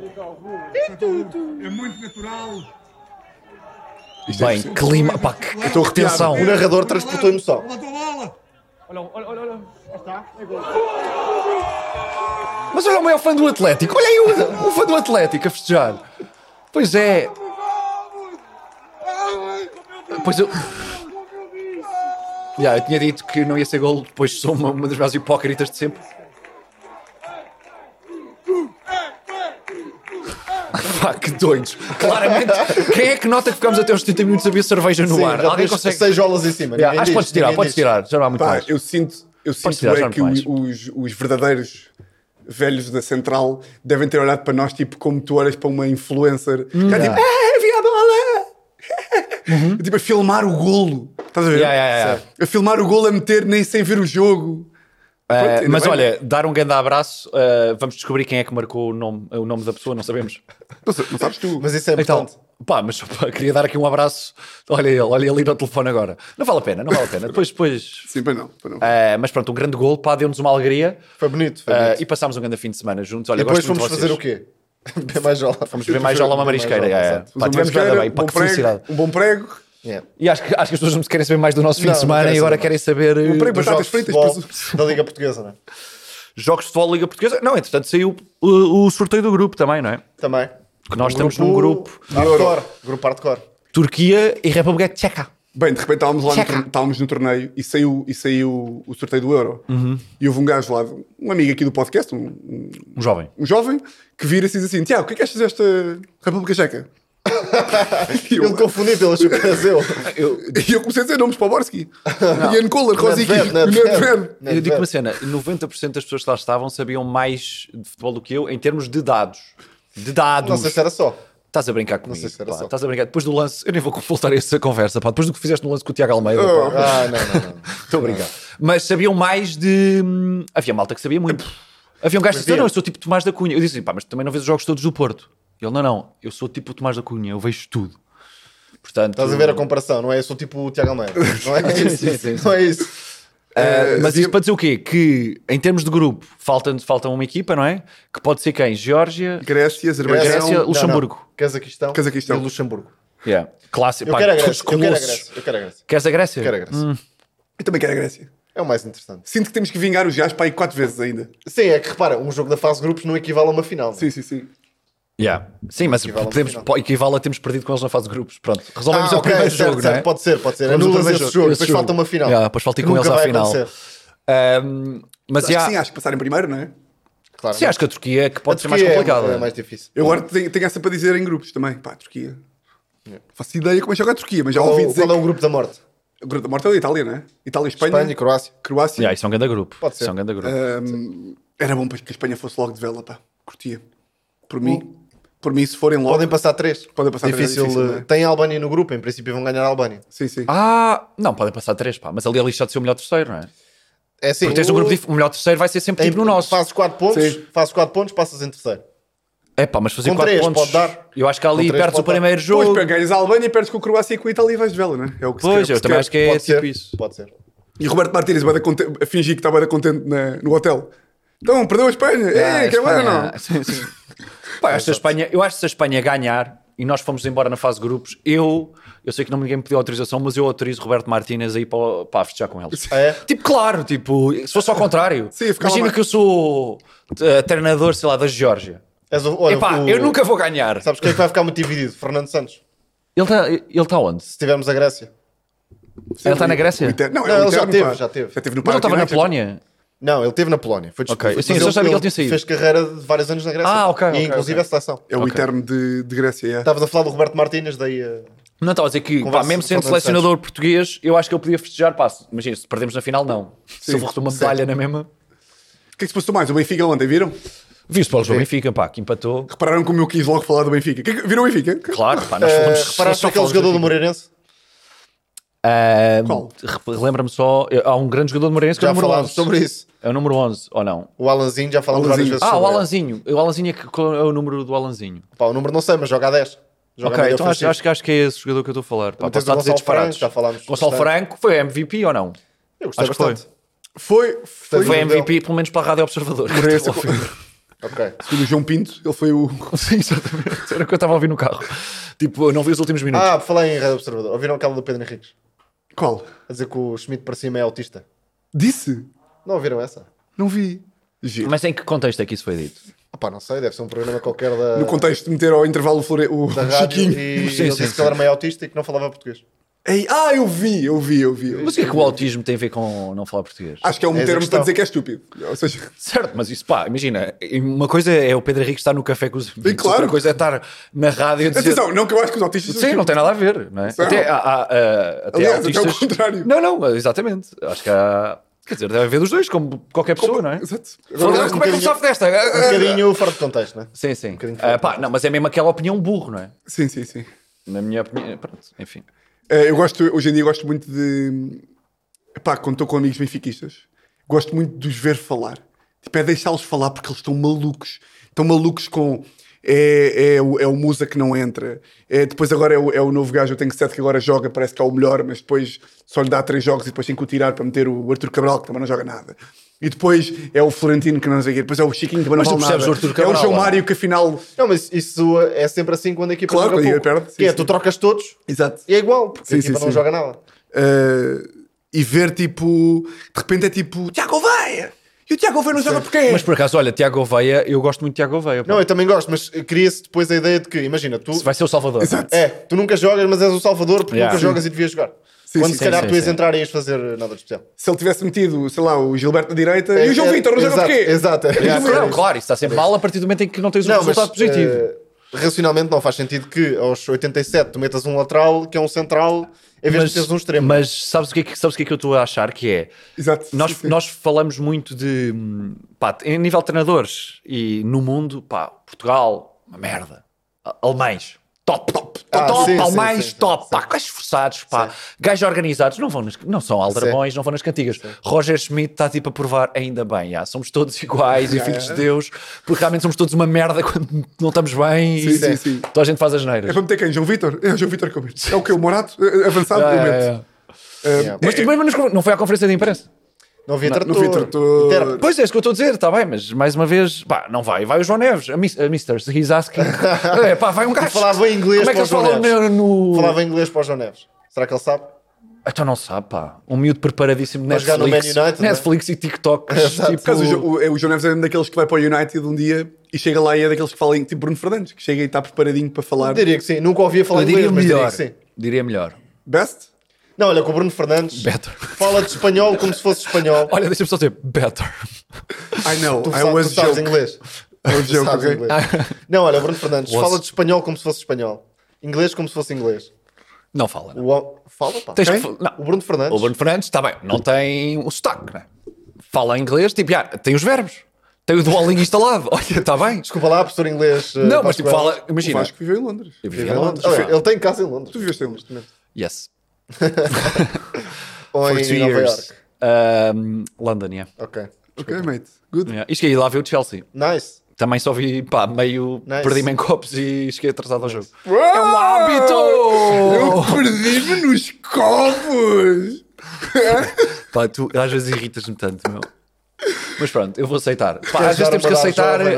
F: muito natural.
C: é
A: Bem, clima, pá, que, que- que tensão.
B: O narrador transportou emoção.
F: Levantou a bola.
E: Olha, olha, olha. olha.
A: Mas olha o maior fã do Atlético. Olha aí o, o fã do Atlético a festejar. Pois é. Pois eu. Já, eu tinha dito que não ia ser gol, depois sou uma, uma das mais hipócritas de sempre. [laughs] Pá, que doidos. Claramente, quem é que nota que ficámos até aos 70 minutos a beber cerveja no
B: Sim,
A: ar?
B: já
A: Alguém
B: tens
A: consegue.
B: Seis olas em cima.
A: Já,
B: Ninguém
A: acho que
B: diz,
A: podes tirar,
B: ninguém
A: podes
B: diz.
A: tirar, já não há muito
C: Pá,
A: mais.
C: eu sinto, eu sinto
A: tirar, já
C: é
A: não
C: que
A: mais.
C: o- os, os verdadeiros velhos da central devem ter olhado para nós tipo como tu olhas para uma influencer.
A: Hum,
C: que é tipo, ah, vi a bola! [laughs] Tipo, a filmar o golo. Estás a ver?
A: Uhum. Yeah, yeah, yeah.
C: A filmar o golo a meter nem sem ver o jogo. Pronto,
A: Uh,
C: ainda
A: mas
C: bem.
A: olha, dar um grande abraço. uh, vamos descobrir quem é que marcou o nome, o nome da pessoa, não
B: [laughs]
A: sabemos.
C: Não, sa- não sabes tu.
B: Mas isso é
A: Então,
B: importante.
A: pá, mas pá, queria dar aqui um abraço. Olha ele, olha ele no telefone agora. Não vale a pena, não vale a pena. Depois, depois.
C: Sim, pois não. Pois não.
A: Uh, mas pronto, um grande gol, pá, deu-nos uma alegria
B: Foi bonito. Foi
A: uh,
B: bonito.
A: e passámos um grande fim de semana juntos. Olha,
B: E depois
A: gosto muito
B: fomos
A: de
B: fazer o
A: vocês.
B: quê? [laughs] Bem mais jola. Fomos
A: Beber mais jola uma marisqueira. é, é. Pá,
C: Uma
A: tivemos nada
C: mascara,
A: bem, pá,
C: um
A: que
C: bom prego,
A: felicidade.
C: Um bom prego.
A: E acho que, acho que as pessoas não se querem saber mais do nosso fim
B: Não,
A: de
B: não
A: semana
B: querem
A: e agora
B: saber. Um
A: querem saber. uh,
C: prego
A: dos jogos,
C: batatas fritas,
B: da Liga Portuguesa, não é?
A: jogos de futebol da Liga Portuguesa. Não, entretanto saiu o, o sorteio do grupo também, não é?
B: Também. Um
A: Que nós estamos num grupo
B: Hardcore. Grupo hardcore.
A: Turquia e República Tcheca.
C: Bem, de repente estávamos lá no, torne- estávamos no torneio e saiu, e saiu o sorteio do Euro.
A: Uhum.
C: E houve um gajo lá, um amigo aqui do podcast, um, um-
A: Um jovem.
C: um jovem, que vira-se e diz assim: Tiago, o que é que achas desta República Checa? [laughs] e, [laughs] eu,
B: Ele confundiu
C: [laughs]
B: pelas chupas eu.
C: e eu comecei a dizer nomes para o Borski. Ian Kohler, Rosicky,
B: Nedved, Nedved.
C: Nedved.
A: Eu digo uma cena: 90% das pessoas que lá estavam sabiam mais de futebol do que eu em termos de dados. De dados.
B: Não sei se era só.
A: Estás a brincar comigo.
B: sei se era
A: pá,
B: só.
A: Estás a brincar. Depois do lance, eu nem vou voltar a essa conversa, pá. Depois do que fizeste no lance com o Tiago Almeida, pá.
B: Ah, não, não, não.
A: Estou a brincar. Mas sabiam mais de. hum, Havia malta que sabia muito. Havia um gajo que disse: "Eu Não, eu sou tipo Tomás da Cunha. Eu disse assim: pá, mas tu também não vês os jogos todos do Porto. Ele: Não, não, eu sou tipo Tomás da Cunha, eu vejo tudo. Portanto.
B: Estás a ver a comparação, não é? Eu sou tipo o Tiago Almeida. Não
A: [laughs]
B: é
A: Sim,
B: isso?
A: sim, sim, sim.
B: Não é isso. Eh,
A: Uh, mas isso para dizer o quê? Que em termos de grupo falta, falta uma equipa, não é? Que pode ser quem? Geórgia.
C: Grécia, Azerbaijão.
A: Grécia,
B: Não, não.
A: Luxemburgo.
B: Cazaquistão.
C: Cazaquistão.
B: E Luxemburgo.
A: Yeah. Clássico.
B: Eu
A: Pá,
B: quero a
A: todos
B: Grécia. Eu quero a
A: colossos.
B: Grécia. Eu quero a Grécia.
A: Queres a Grécia? Hum.
B: Eu quero a Grécia.
C: Eu também quero a Grécia.
B: É o mais interessante.
C: Sinto que temos que vingar os gajos para aí quatro vezes ainda.
B: Sim, é que repara, um jogo da fase de grupos não equivale a uma final. não é?
C: Sim, sim, sim.
A: Yeah. Sim, mas
B: Equivale a uma
A: podemos,
B: final.
A: pô, equivale a termos perdido com eles na fase de grupos. Pronto, resolvemos
B: Ah,
A: o
B: ok,
A: primeiro
B: certo,
A: jogo,
B: certo.
A: não é?
B: Pode ser, pode ser.
A: Resolvemos
B: Anulas
A: o
B: esse
A: primeiro
B: jogo,
A: esse
B: depois falta uma final.
A: Yeah, depois falta ir
B: Que
A: com
B: nunca
A: eles à
B: vai
A: final.
B: acontecer.
A: Um, mas
C: Acho
A: já-
C: que sim, acho que passar em primeiro, não é?
B: Claro.
A: sim, acho que a Turquia é que pode
B: A
A: ser mais
B: Turquia é-
A: complicada.
B: É mais difícil.
C: Eu agora tenho, tenho essa para dizer em grupos também. Pá, Turquia. Faço ideia como é que joga a Turquia, mas já
B: Qual,
C: ouvi dizer.
B: qual é o grupo da morte?
C: que... Grupo da Morte é a Itália, não é? Itália, Espanha,
B: Espanha e Croácia.
C: Croácia.
A: Yeah, isso é um grande grupo.
B: Pode ser. Ah.
A: Isso é um grande grupo.
C: Ahm, era bom para que a Espanha fosse logo de vela, pá. Curtia. Por mim, por mim, se forem logo.
B: Podem passar três.
C: Podem passar três,
B: difícil,
C: é difícil,
B: eh,
C: não é?
B: Tem a Albânia no grupo, em princípio vão ganhar a Albânia.
C: Sim, sim.
A: Ah, não, podem passar três, pá. Mas ali é lixado de ser o melhor terceiro, não é?
B: É assim.
A: Porque tens um grupo dif- o melhor terceiro vai ser sempre
B: em-
A: tipo no nosso.
B: Fazes 4 pontos,
C: Sim.
B: fazes 4 pontos, passas em terceiro.
A: É pá, mas fazer
B: Com
A: quatro
B: três,
A: pontos.
B: pode dar.
A: Eu acho que
B: Com
A: ali
B: três,
A: perdes o
B: pode dar.
A: primeiro
C: Depois
A: jogo.
C: pá, ganhas a Albânia, perdes com a Croácia e com a Itália e vais de vela, não é? É o que se
A: Pois,
C: quer, é o
A: eu
C: que se
A: também
C: quer.
A: acho que é
B: pode
A: tipo
B: ser.
A: isso.
B: Pode ser.
C: E Roberto Martínez vai a fingir que está bué da contente na- no hotel. Então, perdeu a Espanha.
A: Ah,
C: Ei, que é bué, não?
A: [laughs] Sim, sim. Pá, acho que a Espanha, eu acho que se a Espanha ganhar e nós fomos embora na fase de grupos, eu, eu sei que não ninguém me pediu autorização, mas eu autorizo Roberto Martínez aí para, o- para festejar com eles.
B: Ah, é?
A: Tipo, claro, tipo, se fosse ao contrário.
C: Sim, ficava
A: Imagina
C: mais-
A: que eu sou eh, treinador, sei lá, da Geórgia.
B: És o- olha,
A: Epá,
B: o-
A: eu nunca vou ganhar.
B: Sabes quem é que vai ficar muito dividido? Fernando Santos.
A: Ele está ele tá onde?
B: Se tivermos a Grécia.
A: Ele está na Grécia?
C: O Inter- Não, é
B: Não,
C: o
B: ele já
C: Interno,
B: teve,
C: pá.
B: já teve.
C: no
A: Mas ele estava na
C: United.
A: Polónia.
B: Não, ele teve na Polónia. Foi
A: Ok,
B: despedido.
A: sim,
B: Mas
A: eu só sabia que ele tinha saído.
B: Fez carreira de vários anos na Grécia.
A: Ah, ok,
B: E
A: ok,
B: inclusive
A: ok.
B: a seleção.
C: É o
A: Ok. Tá.
C: Eterno de, de Grécia, é.
B: Estavas a falar do Roberto Martínez, daí. eh,
A: Não estava a dizer que, pá,
B: Conversa-
A: mesmo sendo
B: conversa antes.
A: selecionador português, eu acho que eu podia festejar. Pá, se- imagina, se perdemos na final, não. se eu vou receber uma medalha na mesma.
C: O que é que se passou mais? O Benfica ontem, viram?
A: Viste para o jogo Benfica, pá, que empatou.
C: Repararam como eu quis logo falar do Benfica. Que- que- Viram o Benfica? Que-
A: Claro, pá, nós
B: eh,
A: falamos. nós
B: reparaste
A: só
B: aquele
A: falamos
B: jogador do
A: Benfica.
B: Moreirense?
A: Ahm,
C: Qual?
A: rep- Lembra-me só, eu- há um grande jogador do Moreirense que é o
B: Já
A: número
B: falámos
A: 11.
B: sobre isso.
A: É o número 11, ou não?
B: O Alanzinho, já falámos várias
C: Alanzinho.
B: vezes
A: Ah,
B: sobre
A: o
B: ele.
A: Alanzinho. O Alanzinho é, que, qual é o número do Alanzinho.
B: Pá, o número não sei, mas joga a 10. Joga a
A: ok,
B: meio
A: então acho,
B: ofensivo.
A: acho que, acho que é esse jogador que eu estou a falar. Pá, posso
B: Também tens o
A: estar a dizer
B: Gonçalo
A: disparados.
B: Franco, já falámos
A: Gonçalo
B: bastante.
A: Franco foi MVP ou não?
B: Eu gostei
A: acho que foi.
B: bastante.
C: Foi, foi,
A: Foi
B: Foi o
A: MVP, pelo menos para a Rádio Observador. [laughs]
C: Moreirense.
B: Ok.
C: Segundo o João Pinto, ele foi o.
A: Sim, exatamente. Era o que eu estava a ouvir no carro. Tipo, eu não vi os últimos minutos.
B: Ah, falei em Rádio Observador. Ouviram aquela do Pedro Henriques?
C: Qual?
B: A dizer que o Schmidt para cima é autista.
C: Disse?
B: Não ouviram essa?
C: Não vi. Giro.
A: Mas em que contexto é que isso foi dito?
B: Ah pá, não sei, deve ser um programa qualquer da,
C: No contexto de meter ao intervalo o Flore- o
B: da rádio
C: Chiquinho.
B: e
A: Sim,
B: ele
A: sim,
B: disse
A: sim.
B: que ele era meio autista e que não falava português.
C: Ei, ah, eu vi, eu vi, eu vi.
A: Mas o que é que o autismo tem a ver com não falar português?
C: Acho que é um
B: Eis a
C: termo
B: questão.
C: para dizer que é estúpido. Ou seja,
A: Certo, mas isso pá, imagina, uma coisa é o Pedro Henrique estar no café com os amigos,
C: claro.
A: outra coisa é estar na rádio a dizer...
C: atenção, não que eu acho que os autistas. são
A: Sim, não tem nada a ver, não é?
C: Não.
A: Até, há, há, ah, até há
C: Aliás, até
A: autistas...
C: ao contrário.
A: Não, não, exatamente. Acho que há... Quer dizer, deve haver dos dois, como qualquer pessoa, não é?
C: Exato.
A: Foda-se,
C: Agora,
A: como é que
B: bocadinho-
A: eu sofro desta?
B: Um bocadinho fora de contexto, né?
A: Sim, sim.
B: bocadinho
A: Ah, pá, não, mas é mesmo aquela opinião burro, não é?
C: sim, sim, sim.
A: Na minha opinião, pronto, enfim.
C: Eh, Eu gosto, hoje em dia, gosto muito de. Pá, quando estou com amigos benfiquistas, gosto muito de os ver falar. Tipo, é deixá-los falar porque eles estão malucos. Estão malucos com. É, é, o, é o Musa que não entra. É, depois agora é o, é o novo gajo, eu tenho sete que agora joga, parece que é o melhor, mas depois só lhe dá três jogos e depois tem que o tirar para meter o Arthur Cabral, que também não joga nada. E depois é o Florentino que não sei o quê, depois é o Chiquinho que também
A: Mas tu
C: não vale
A: percebes
C: nada.
A: o Arthur Cabral,
C: é o João
A: ou não?
C: Mário que afinal.
B: Não, mas isso é sempre assim quando a equipa
C: Claro,
B: joga
C: quando a
B: pouco.
C: equipa perde, sim,
B: que é,
C: sim.
B: tu trocas todos
C: Exato.
B: e é igual, porque
C: Sim,
B: a equipa
C: sim,
B: não
C: sim.
B: joga nada.
C: Uh, e ver tipo, de repente é tipo, Tiago Veia! E o Tiago Gouveia não joga porquê?
A: Mas por acaso, olha, Tiago Gouveia, eu gosto muito de Tiago Gouveia. pá.
B: É. Não, é eu também gosto, mas cria-se depois a ideia de que, imagina, tu,
A: Se Vai ser o Salvador.
C: Exato.
B: é, tu nunca jogas, mas és o Salvador porque
A: Yeah.
B: nunca
A: Sim.
B: jogas e devias jogar.
C: Sim,
B: Quando
C: sim,
B: se calhar
A: sim,
B: tu ias
A: sim.
B: entrar e ias fazer nada de especial.
C: Se ele tivesse metido, sei lá, o Gilberto na direita e o João
B: É,
C: Vitor não joga
B: exato,
C: porquê?
B: Exato. é.
A: Não, claro, claro, isso está sempre mal a partir do momento em que não tens um
B: Não, mas,
A: resultado positivo.
B: eh, racionalmente não faz sentido que aos 87 tu metas um lateral que é um central em vez
A: mas,
B: de teres um extremo.
A: mas sabes o que é que, sabes o que, é que eu estou a achar que é?
C: Exato.
A: Nós,
C: sim, sim.
A: nós falamos muito de hum, pá, em nível de treinadores e no mundo, pá, Portugal, uma merda. A- Alemães, top, top, top,
B: Ah,
A: top
B: sim, sim,
A: alemães,
B: sim, sim,
A: top, pá, gajos esforçados, pá, gajos organizados, não, vão nas- não são aldrabões, não vão nas cantigas. Roger Schmidt está tipo a provar, ainda bem, já, somos todos iguais
B: [laughs]
A: e filhos de Deus, porque realmente somos todos uma merda quando não estamos bem e
C: Sim, sim, sim.
A: toda a gente faz as
C: É
A: neiras.
C: para meter quem? João Vitor? É o João Vitor que eu meto. É o que? O Morato? É, Avançado?
A: Ah,
C: eu meto.
A: é, é.
B: Yeah.
A: Mas tu mesmo nos- não foi à conferência de imprensa?
B: Não havia
C: Não, não
B: trator.
C: havia trator.
B: Interno.
A: Pois é, isso que eu estou a dizer, está bem, mas mais uma vez, pá, não vai. Vai o João Neves, a, mis, a Mister, he's [laughs] asking. é, pá, vai um gajo.
B: Falava em inglês
A: Como é que
B: para o
A: eles falam
B: João Neves.
A: no. no...
B: Falava em inglês para o João Neves. Será que ele sabe?
A: Então não sabe, pá. Um miúdo preparadíssimo
B: Para jogar no
A: Netflix.
B: Man United,
A: Netflix e TikTok. [laughs]
C: Por acaso, o,
A: tipo,
C: Jo- o- é, o João Neves é um daqueles que vai para o United um dia e chega lá e é daqueles que falam tipo Bruno Fernandes, que chega e está preparadinho para falar.
B: Diria que sim. Nunca ouvia falar
A: eu diria
B: inglês, mas diria
A: melhor.
B: que sim.
A: Diria melhor.
C: Best?
B: Não, olha, com o Bruno Fernandes
A: Better. [laughs]
B: fala de espanhol como se fosse espanhol.
A: Olha, é um deixa-me só dizer, better.
C: I know.
B: Tu,
C: I
B: sa-
C: was
B: tu sabes
C: joking.
B: inglês.
A: É
C: I
A: um
C: was
B: Tu
C: joking,
B: sabes
C: ok?
B: inglês. Não, olha, o Bruno Fernandes
A: Was.
B: fala de espanhol como se fosse espanhol. Inglês como se fosse inglês.
A: Não fala. Não.
B: O hom- Fala, pá.
A: Tens que
B: Quem?
A: fal- não.
B: O Bruno Fernandes.
A: O Bruno Fernandes, está bem, não tem o sotaque, né? Fala inglês, tipo, já, tem os verbos. Tem o Duolingo instalado. [laughs] Olha, está bem.
B: Desculpa lá, professor inglês. eh,
A: Não, mas
B: Vasco
A: tipo,
B: Elmo.
A: fala,
C: O
A: imagina.
C: Vasco viveu em Londres.
A: Eu
B: Vive
A: vivi
B: em
A: em
B: Londres.
A: Londres,
B: Olha, ele tem casa em Londres.
C: Tu viveste em Londres.
A: Yes.
B: Ou
A: For two
B: em Nova
A: years.
B: York.
A: Um, London, yeah.
B: Ok.
C: Ok, mate. Good.
A: yeah. E cheguei lá a ver o Chelsea.
B: Nice.
A: Também só vi, pá, meio
B: Nice.
A: perdi-me em copos e cheguei atrasado ao jogo.
C: É um
A: hábito!
B: [laughs]
C: Eu perdi-me nos copos!
A: Pá, tu às vezes irritas-me tanto, meu. Mas pronto, eu vou aceitar. Pá, às vezes
B: dar
A: temos que
B: uma
A: aceitar
B: jovem, é?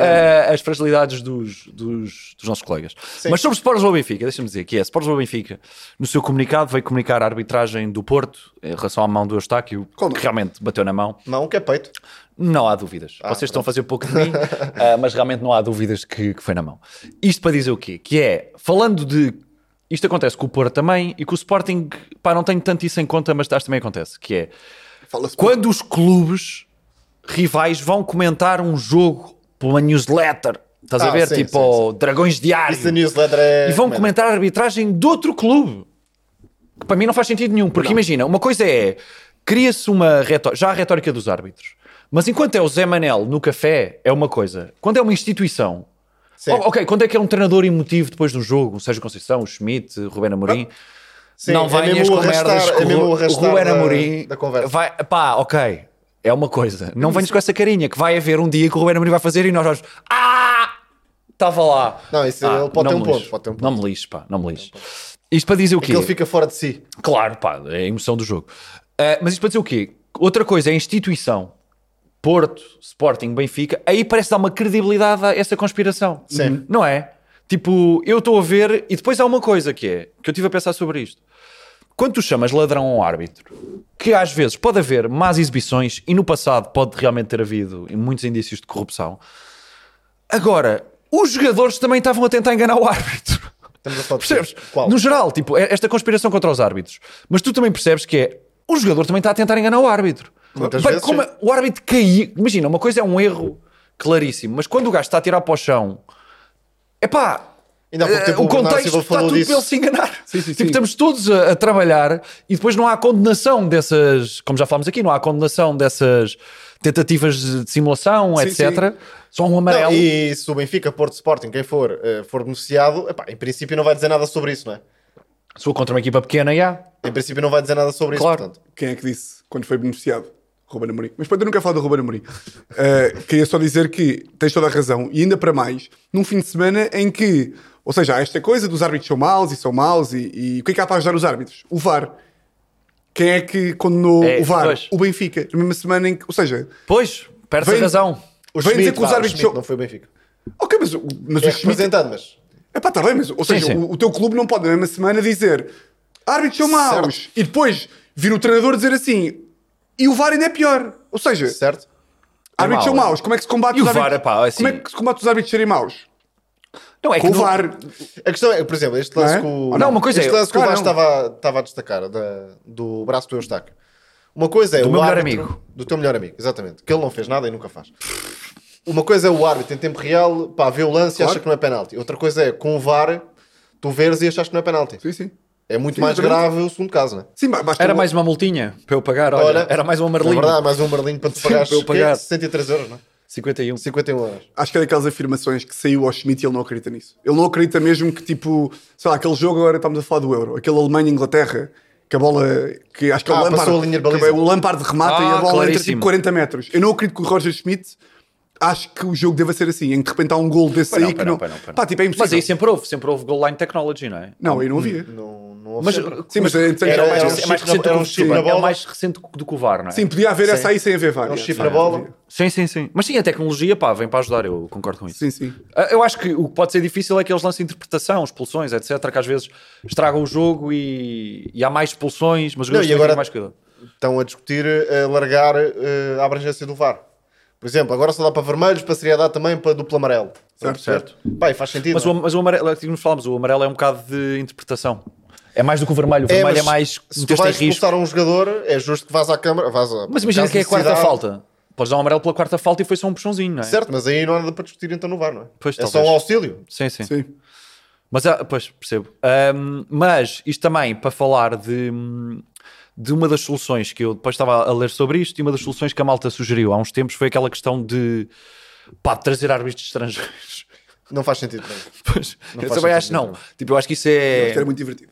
A: eh, as fragilidades dos, dos, dos nossos colegas. Mas sobre Sports Lisboa e Benfica, deixa-me dizer que é Sports Lisboa e Benfica, no seu comunicado, veio comunicar a arbitragem do Porto em relação à mão do Eustáquio,
C: Como?
A: que realmente bateu na mão.
B: Mão que é peito.
A: Não há dúvidas.
B: Ah,
A: Vocês estão a fazer pouco de
B: [laughs]
A: mim, ah, mas realmente não há dúvidas que, que foi na mão. Isto para dizer o quê? Que é, falando de. Isto acontece com o Porto também e com o Sporting, pá, não tenho tanto isso em conta, mas acho que também acontece. Que é
C: Fala-se
A: quando os clubes rivais vão comentar um jogo por uma newsletter, estás a
B: Ah,
A: ver?
B: sim,
A: tipo
B: sim,
A: ao Dragões Diário.
B: Essa newsletter é.
A: E vão
B: recomendo.
A: comentar a arbitragem de outro clube. Que para mim não faz sentido nenhum. Porque imagina, uma coisa é. Cria-se uma retórica. Já a retórica dos árbitros. Mas enquanto é o Zé Manel no café, é uma coisa. Quando é uma instituição.
B: Sim.
A: o- Ok, quando é que é um treinador emotivo depois de um jogo? O Sérgio Conceição, o Schmidt, o Rubén Amorim.
B: Sim,
A: não
B: é
A: venhas
B: mesmo o
A: com
B: arrastar-
A: merdas. que
B: é mesmo o
A: o Ru- o
B: arrastar
A: Rubén
B: da-
A: Amorim.
B: da conversa.
A: Vai, pá, ok. É uma coisa. Não venhas com essa carinha que vai haver um dia que o Rubén Amorim vai fazer e nós vamos. Ah! Estava lá. Ah,
B: Não, isso ele
A: não
B: pode ter um
A: me
B: ponto,
A: lixe.
B: pode ter um ponto.
A: Não me lixe, pá, não me lixe. Isto para dizer o quê?
B: Que ele fica fora de si.
A: Claro, pá, é a emoção do jogo. Ah, mas isto para dizer o quê? Outra coisa é a instituição. Porto, Sporting, Benfica, aí parece dar uma credibilidade a essa conspiração.
B: Sim.
A: Não é? Tipo, eu estou a ver, e depois há uma coisa que é, que eu estive a pensar sobre isto. Quando tu chamas ladrão a um árbitro, que às vezes pode haver más exibições, e no passado pode realmente ter havido muitos indícios de corrupção, agora, os jogadores também estavam a tentar enganar o [laughs] árbitro.
B: Estamos a falar de
A: Percebes?
B: Qual?
A: No geral, tipo, é- esta conspiração contra os árbitros. Mas tu também percebes que é o jogador também está a tentar enganar o árbitro.
B: Muitas
A: Bem,
B: vezes,
A: como
B: sim.
A: o árbitro caiu. Imagina, uma coisa é um erro claríssimo, mas quando o gajo está a tirar para o chão, é pá.
B: Ainda há pouco tempo
A: o
B: eh, o Bernardo
A: contexto
B: Silva
A: está
B: falou
A: tudo
B: disso.
A: para ele se enganar.
C: sim,
A: tipo,
C: sim.
A: estamos todos a, a trabalhar e depois não há condenação dessas, como já falámos aqui, não há condenação dessas tentativas de simulação,
C: Sim,
A: etc. Só um
B: Não,
A: amarelo.
B: e se o Benfica, Porto Sporting, quem for, eh, for beneficiado, epá, em princípio não vai dizer nada sobre isso, não é?
A: Se for contra uma equipa pequena, já.
B: Em princípio não vai dizer nada sobre
A: Claro.
B: isso, portanto.
C: Quem é que disse quando foi beneficiado? Ruben Amorim. Mas pronto, eu nunca falo do Ruben Amorim. Uh, queria só dizer que tens toda a razão, e ainda para mais, num fim de semana em que, ou seja, há esta coisa dos árbitros são maus e são maus, e, e o que é que há para ajudar os árbitros? O VAR. Quem é que condenou
A: É,
C: o VAR?
A: pois.
C: O Benfica. Na mesma semana em que, ou seja,
A: Pois, perde a
C: Vem-
A: razão.
B: O
C: Vem dizer
B: Schmidt,
C: que os
B: vá, o
C: árbitros
B: Schmidt
C: são-
B: não foi o Benfica.
C: ok, mas, o- mas
B: É
C: o Schmidt...
B: representado, mas
C: É pá, está bem, mas, ou
A: Sim,
C: seja,
A: sim.
C: O, o teu clube não pode na mesma semana dizer árbitros são maus, e depois vir o treinador dizer assim, e o VAR ainda é pior. Ou seja,
B: certo?
C: Árbitros são
A: mau, é?
C: maus. Como é que se combate
A: E
C: os
A: o VAR,
C: árbitros?
A: pá, assim-
C: Como é que se combate os árbitros serem maus?
A: Não, é
C: Com o
A: não-
C: VAR.
B: A questão é, por exemplo, este
C: Não
B: lance
C: é?
B: que
A: Ou
B: o,
A: não, uma coisa
B: este
A: é-
B: lance que o
A: claro,
B: Vasco
A: não.
B: estava, estava a destacar da- do braço do Eustáquio. Uma coisa é
A: Do
B: o
A: meu melhor
B: árbitro-
A: amigo.
B: Do teu melhor amigo, exatamente. Que ele não fez nada e nunca faz. Uma coisa é o árbitro em tempo real, pá, vê o lance e acha que não é penalti. Outra coisa é com o VAR, tu veres e achas que não é penalti.
C: Sim, sim.
B: É muito
C: Sim,
B: mais
C: exatamente.
B: grave o segundo caso, não é?
C: Sim, ba- basta
A: Era
C: um-
A: mais uma multinha para eu pagar, olha.
B: Olha,
A: era mais uma
B: É
A: marlinha.
B: verdade, mais um Merlinho para te pagares
A: para eu
B: o quê?
A: pagar.
B: 63 euros, não é?
A: 51.
B: 51 euros.
C: Acho que é daquelas afirmações que saiu ao Schmidt e ele não acredita nisso. Ele não acredita mesmo que, tipo, sei lá, aquele jogo agora estamos a falar do Euro, aquele Alemanha-Inglaterra, que a bola, que acho que é o
B: Ah,
C: Lampard,
B: passou a linha de baliza.
C: que o Lampard remata e a
A: Ah,
C: bola entra
A: claríssimo.
C: tipo 40 metros. Eu não acredito que o Roger Schmidt acho que o jogo deva ser assim, em que de repente há um gol desse
A: Pois não,
C: aí
A: pois
C: que
A: não,
C: não.
A: pois não, pois não.
C: Pá, tipo, é
A: Mas
C: impossível.
A: aí sempre houve, sempre houve goal line technology, não é?
C: Não, eu não havia.
B: Não, não houve
A: Mas,
B: sempre.
C: Sim, mas eh, antes
B: Era-
C: era
A: É
C: mais
B: era um
A: mais,
B: chip
A: é mais
B: na-
A: recente do
B: era
A: que
B: um
A: o
B: chip
A: chip,
B: na
A: é
B: bola.
A: mais recente do que o VAR, não é?
C: Sim, podia haver essa aí sem haver
B: É um
A: eh,
C: várias.
B: chip na bola.
A: sim, sim, sim. Mas sim, a tecnologia, pá, vem para ajudar, eu concordo com isso.
C: Sim, sim.
A: Ah, Eu acho que o que pode ser difícil é que eles lancem interpretação, expulsões, etc., que às vezes estragam o jogo e, e há mais expulsões, mas os
B: Não,
A: jogadores
B: e
A: têm
B: agora-
A: mais cuidado.
B: estão a discutir eh, alargar eh, a abrangência do VAR. Por exemplo, agora só dá para vermelhos, passaria a dar também para duplo amarelo.
C: Certo,
A: certo.
B: Pá, e faz sentido.
A: Mas
B: não
A: o,
B: é?
A: mas o amarelo, é que nos falámos, o amarelo é um bocado de interpretação. É mais do que o vermelho. O vermelho
B: mas
A: é, mais
B: Se tu
A: meter-te
B: vais
A: em risco.
B: expulsar um jogador, é justo que vás à câmara. Vás a,
A: Mas imagina
B: caso
A: que é a
B: de
A: quarta
B: necessidade.
A: falta. Podes dar um amarelo pela quarta falta e foi só um puxãozinho, não é?
B: Certo, mas aí não há nada para discutir então no VAR, não é?
A: Pois,
B: é só
A: talvez.
B: um auxílio.
A: Sim, sim.
C: Sim.
A: Mas, ah, pois, percebo. Ahm, mas isto também para falar de, de uma das soluções que eu depois estava a ler sobre isto e uma das soluções que a malta sugeriu há uns tempos foi aquela questão de pá, de trazer árbitros estrangeiros. [laughs]
B: Não faz sentido. não é?
A: Pois,
B: Não
A: eu
B: faz
A: também
B: sentido
A: acho que não.
B: nenhum.
A: Tipo, eu acho que isso é.
C: Isto era muito divertido.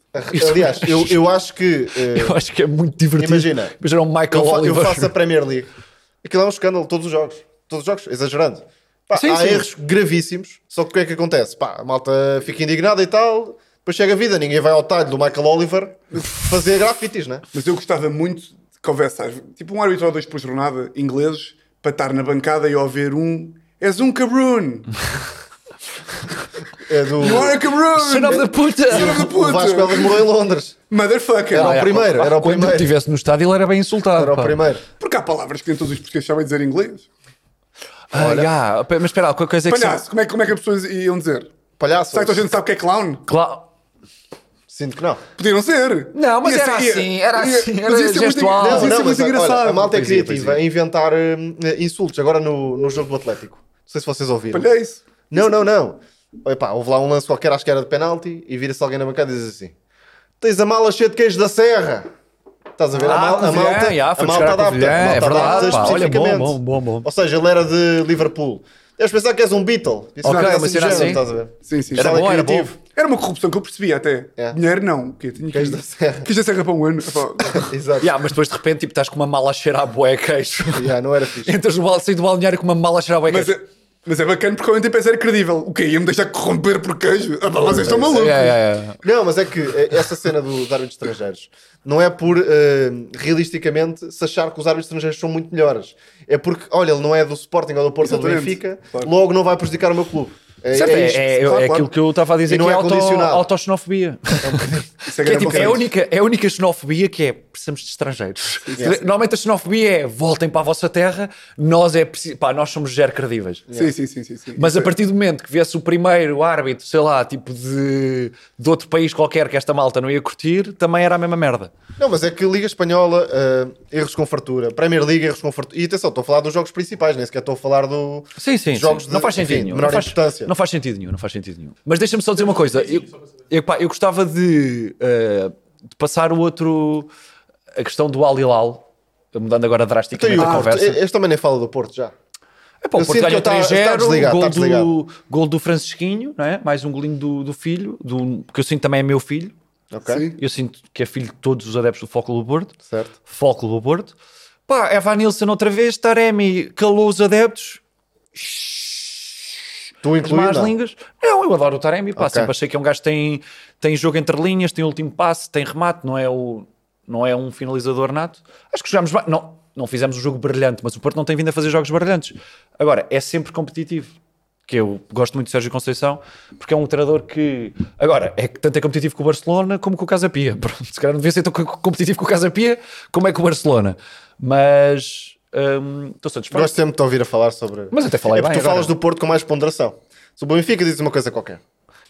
B: Aliás, eu, eu acho que. eh,
A: [laughs] Eu acho que é muito divertido.
B: Imagina.
A: Imagina um Michael
B: eu, fa- eu
A: Oliver.
B: faço a Premier League. Aquilo é um escândalo, todos os jogos. Todos os jogos, exagerando. Pá,
A: Sim,
B: há
A: sim.
B: erros gravíssimos, só que o que é que acontece? Pá, a malta fica indignada e tal, depois chega a vida, ninguém vai ao talho do Michael Oliver fazer grafites, né?
C: Mas eu gostava muito de que houvesse, às- tipo, um árbitro ou dois por jornada, ingleses, para estar na bancada e ouvir um. És um cabroon!
B: é? Do,
C: You are a cabroon!
A: [laughs] Son of the puta!
C: Son of the
B: o Vasco Elas
C: puta!
B: morreu em Londres.
C: Motherfucker!
A: é
B: Era o primeiro, era
A: Quando eu
B: o primeiro.
A: estivesse no estádio, ele era bem insultado.
B: Era o
A: Ah, pá.
B: primeiro.
C: Porque há palavras que nem todos os portugueses sabem dizer em inglês.
A: Ah, já. Mas espera, qualquer coisa é que.
C: Palhaço, como é, como é que as pessoas iam dizer?
B: Palhaço.
C: Será que toda a gente sabe o que é clown?
A: Claro.
B: Sinto que não.
C: Podiam ser!
A: Não, mas
C: Ia
A: era
C: ia-
A: assim, era
C: ia-
A: assim,
C: mas
A: era
C: ia ser muito-
A: gestual.
C: mas
B: Não,
C: ia ser
B: não,
C: é muito
B: mas
C: engraçado.
B: olha, a malta é
A: Pois é, pois
B: criativa a inventar hum, insultos. Agora no, no jogo do Atlético. Não sei se vocês ouviram.
A: é.
C: Olha é isso.
B: Não, não, não. Epá, houve lá um lance qualquer, acho que era de penalti, e vira-se alguém na bancada e diz assim: Tens a mala cheia de queijo da serra. Estás a ver?
A: Ah,
B: a, mal, a
A: Covilhã,
B: malta,
A: já,
B: a
A: foi
B: malta
A: buscar a
B: adapta.
A: Covilhã,
B: a malta
A: é verdade,
B: adapta
A: pá, olha, bom,
B: especificamente.
A: bom, bom, bom.
B: Ou seja, ele era de Liverpool. Deves pensar que és um Beatle. Isso
A: Ok,
B: não é
A: uma
B: assim do
A: cena
B: género,
A: assim.
B: Estás a ver?
C: Sim, sim.
A: Era
B: Só é
A: bom, era bom.
B: criativo.
C: Era uma corrupção que eu percebia até.
B: É.
C: Dinheiro não. O quê? Tinha
B: Queijo
C: que-
B: da serra. [laughs]
C: Queijo da serra para um ano. Epá,
B: Exato.
A: Yeah, mas depois de repente tipo, estás com uma mala a cheirar a bué queixo.
B: Já, não era
A: [laughs]
B: fixe.
A: Entras no bal- saí do balneário com uma mala a cheirar a bué
C: Mas
A: queixo.
C: é, mas é bacana porque ao mesmo tempo é credível. O quê? Ia-me deixar corromper por queijo? Ah, pá, vocês
A: é-
C: estão
B: é
C: malucos.
A: Yeah, yeah, yeah.
B: Não, mas é que eh, essa cena do- dos árbitros estrangeiros não é por eh, realisticamente se achar que os árbitros estrangeiros são muito melhores. É porque, olha, ele não é do Sporting ou do Porto ou do
C: Exatamente.
B: Benfica,
C: Claro.
B: logo não vai prejudicar o meu clube. É,
A: Certo, é,
B: isto.
A: é-
B: Claro,
A: é
B: claro.
A: aquilo que eu estava a dizer
B: E não
A: que é,
B: é
A: auto,
B: condicionado.
A: autoxenofobia.
C: Isso é
A: Que é,
C: grande
A: tipo, é a
C: conceito.
A: única, é a única xenofobia que é precisamos de estrangeiros. Normalmente a xenofobia é voltem para a vossa terra, nós, é, preci- pá, nós somos gero credíveis.
C: Sim, sim, sim, sim, sim.
A: Mas
C: Isso
A: a
C: é-
A: partir do momento que viesse o primeiro árbitro, sei lá, tipo de, de outro país qualquer que esta malta não ia curtir, também era a mesma merda.
B: Não, mas é que Liga Espanhola, eh, erros com fartura, Premier League, erros com fartura. E atenção, estou a falar dos jogos principais, nem sequer estou a falar do
A: Sim, sim.
B: dos jogos
A: sim.
B: de
A: não faz sentido
B: enfim,
A: nenhum.
B: menor
A: não, faz,
B: importância.
A: não faz sentido nenhum, não faz sentido nenhum. Mas deixa-me só dizer uma coisa. Eu, eu, pá, eu gostava de, eh, de passar o outro. a questão do Al Hilal, mudando agora
B: Então, e
A: drasticamente
B: o
A: a
B: Porto?
A: conversa.
B: Este também nem fala do Porto já.
A: É pá,
B: eu
A: o Porto
B: sinto que
A: ganhou
B: ele tá- tá
A: 3-0,
B: desligado,
A: gol,
B: tá
A: do,
B: desligado.
A: gol do Francisquinho, não é? mais um golinho do, do filho, do, que eu sinto também é meu filho.
B: Ok?
C: Sim.
A: Eu sinto que é filho de todos os adeptos do Fóculo do Porto.
B: Certo.
A: Fóculo do Porto. Pá, Evan Nilsson outra vez, Taremi calou os adeptos,
B: Tu
A: as más
B: incluído. não?
A: línguas. Não, eu adoro o Taremi, pá,
B: Ok.
A: sempre achei que é um gajo que tem, tem jogo entre linhas, tem último passe, tem remate, não é, o, não é um finalizador nato. Acho que jogámos bem. Não, não fizemos um jogo brilhante, mas o Porto não tem vindo a fazer jogos brilhantes. Agora, é sempre competitivo. Que eu gosto muito de Sérgio Conceição, porque é um treinador que. Agora, é que tanto é competitivo com o Barcelona como com o Casa [laughs] Pia. Pronto, se calhar não devia ser tão co- competitivo com o Casa Pia como é com o Barcelona. Mas. um, estou Santos Fernandes.
B: Gosto sempre de te ouvir a falar sobre.
A: Mas até falei
B: é porque
A: bem
B: tu
A: agora.
B: falas do Porto com mais ponderação. Se o Benfica diz uma coisa qualquer.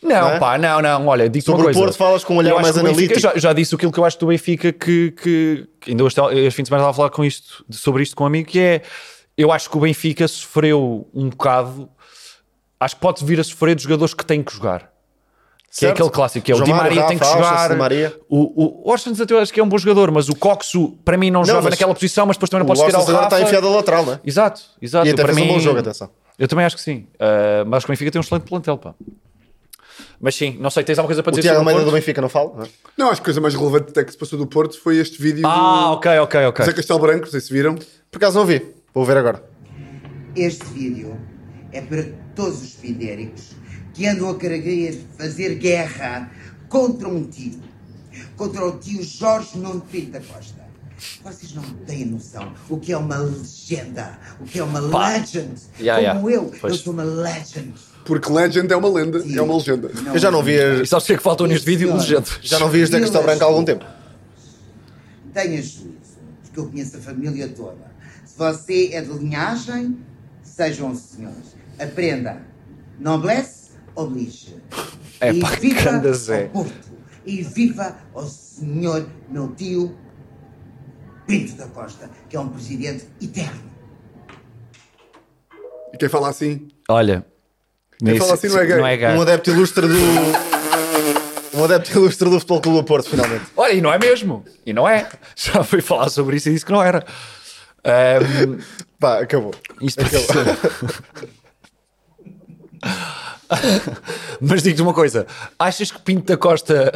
A: Não,
B: não é?
A: pá, não, não. Olha, digo
B: Sobre
A: uma
B: o
A: coisa.
B: Porto falas com um olhar
A: Eu acho
B: mais
A: que o Benfica-
B: analítico.
A: eu já, já disse aquilo que eu acho do Benfica que, que, que ainda hoje, este fim de semana estava a falar com isto, de- sobre isto com um amigo, que é eu acho que o Benfica sofreu um bocado, acho que pode vir a sofrer dos jogadores que têm que jogar. Que é
B: Certo.
A: aquele clássico, que é o
B: João
A: Di
B: Mário,
A: Maria tem que
B: Rafa,
A: jogar.
B: Alcas, Di Maria.
A: O, o Orsens até eu acho que é um bom jogador, mas o Coxo para mim não, joga
B: mas
A: naquela posição, mas depois também não
B: O
A: pode tirar
B: Orsens
A: o
B: agora
A: Rafa.
B: está enfiado a lateral, não é?
A: Exato, exato.
B: E até
A: para
B: fez um
A: mim,
B: bom jogo, atenção.
A: Eu também acho que sim. Ah, mas acho que o Benfica tem um excelente plantel, pá. Mas sim, não sei, tens alguma coisa para
B: O
A: dizer
B: Tiago
A: sobre o
B: Almeida do
A: Porto?
B: Benfica não fala? não é?
C: Não, acho que a coisa mais relevante até que se passou do Porto foi este vídeo
A: Ah,
C: do
A: ok, ok, ok.
B: é
C: Zé Castelo Branco, não sei se viram.
B: Por acaso não vi. Vou ver agora.
G: Este vídeo é para todos os fidéricos que andam a querer fazer guerra contra um tio, contra o tio Jorge Nuno Pinto da Costa. Vocês não têm noção o que é uma legenda, o que é uma legend.
A: Yeah,
G: Como
A: yeah.
G: eu,
A: Pois.
G: eu sou uma legend.
C: Porque Legend é uma lenda, é uma legenda.
B: Eu já não vi,
A: E sabes o que é que faltou neste vídeo? Legendas.
B: já não vi os da Castelo Branco há algum tempo.
G: Tenha juízo, porque eu conheço a família toda. Se você é de linhagem, sejam senhores. Aprenda. Noblesse, oblige.
A: É
G: E
A: pá,
G: viva
A: ganda Zé.
G: ao Porto. E viva ao senhor, meu tio Pinto da Costa, que é um presidente eterno.
C: E quem fala assim,
A: Olha.
C: Quem fala assim não é gay.
A: gay.
B: Um adepto ilustre do. Um adepto ilustre do Futebol Clube do Porto, finalmente.
A: Olha, e não é mesmo. E não é. [laughs] Já fui falar sobre isso e disse que não era. Ahm,
B: Pá, acabou.
A: isto Mas digo-te uma coisa. Achas que Pinto da Costa...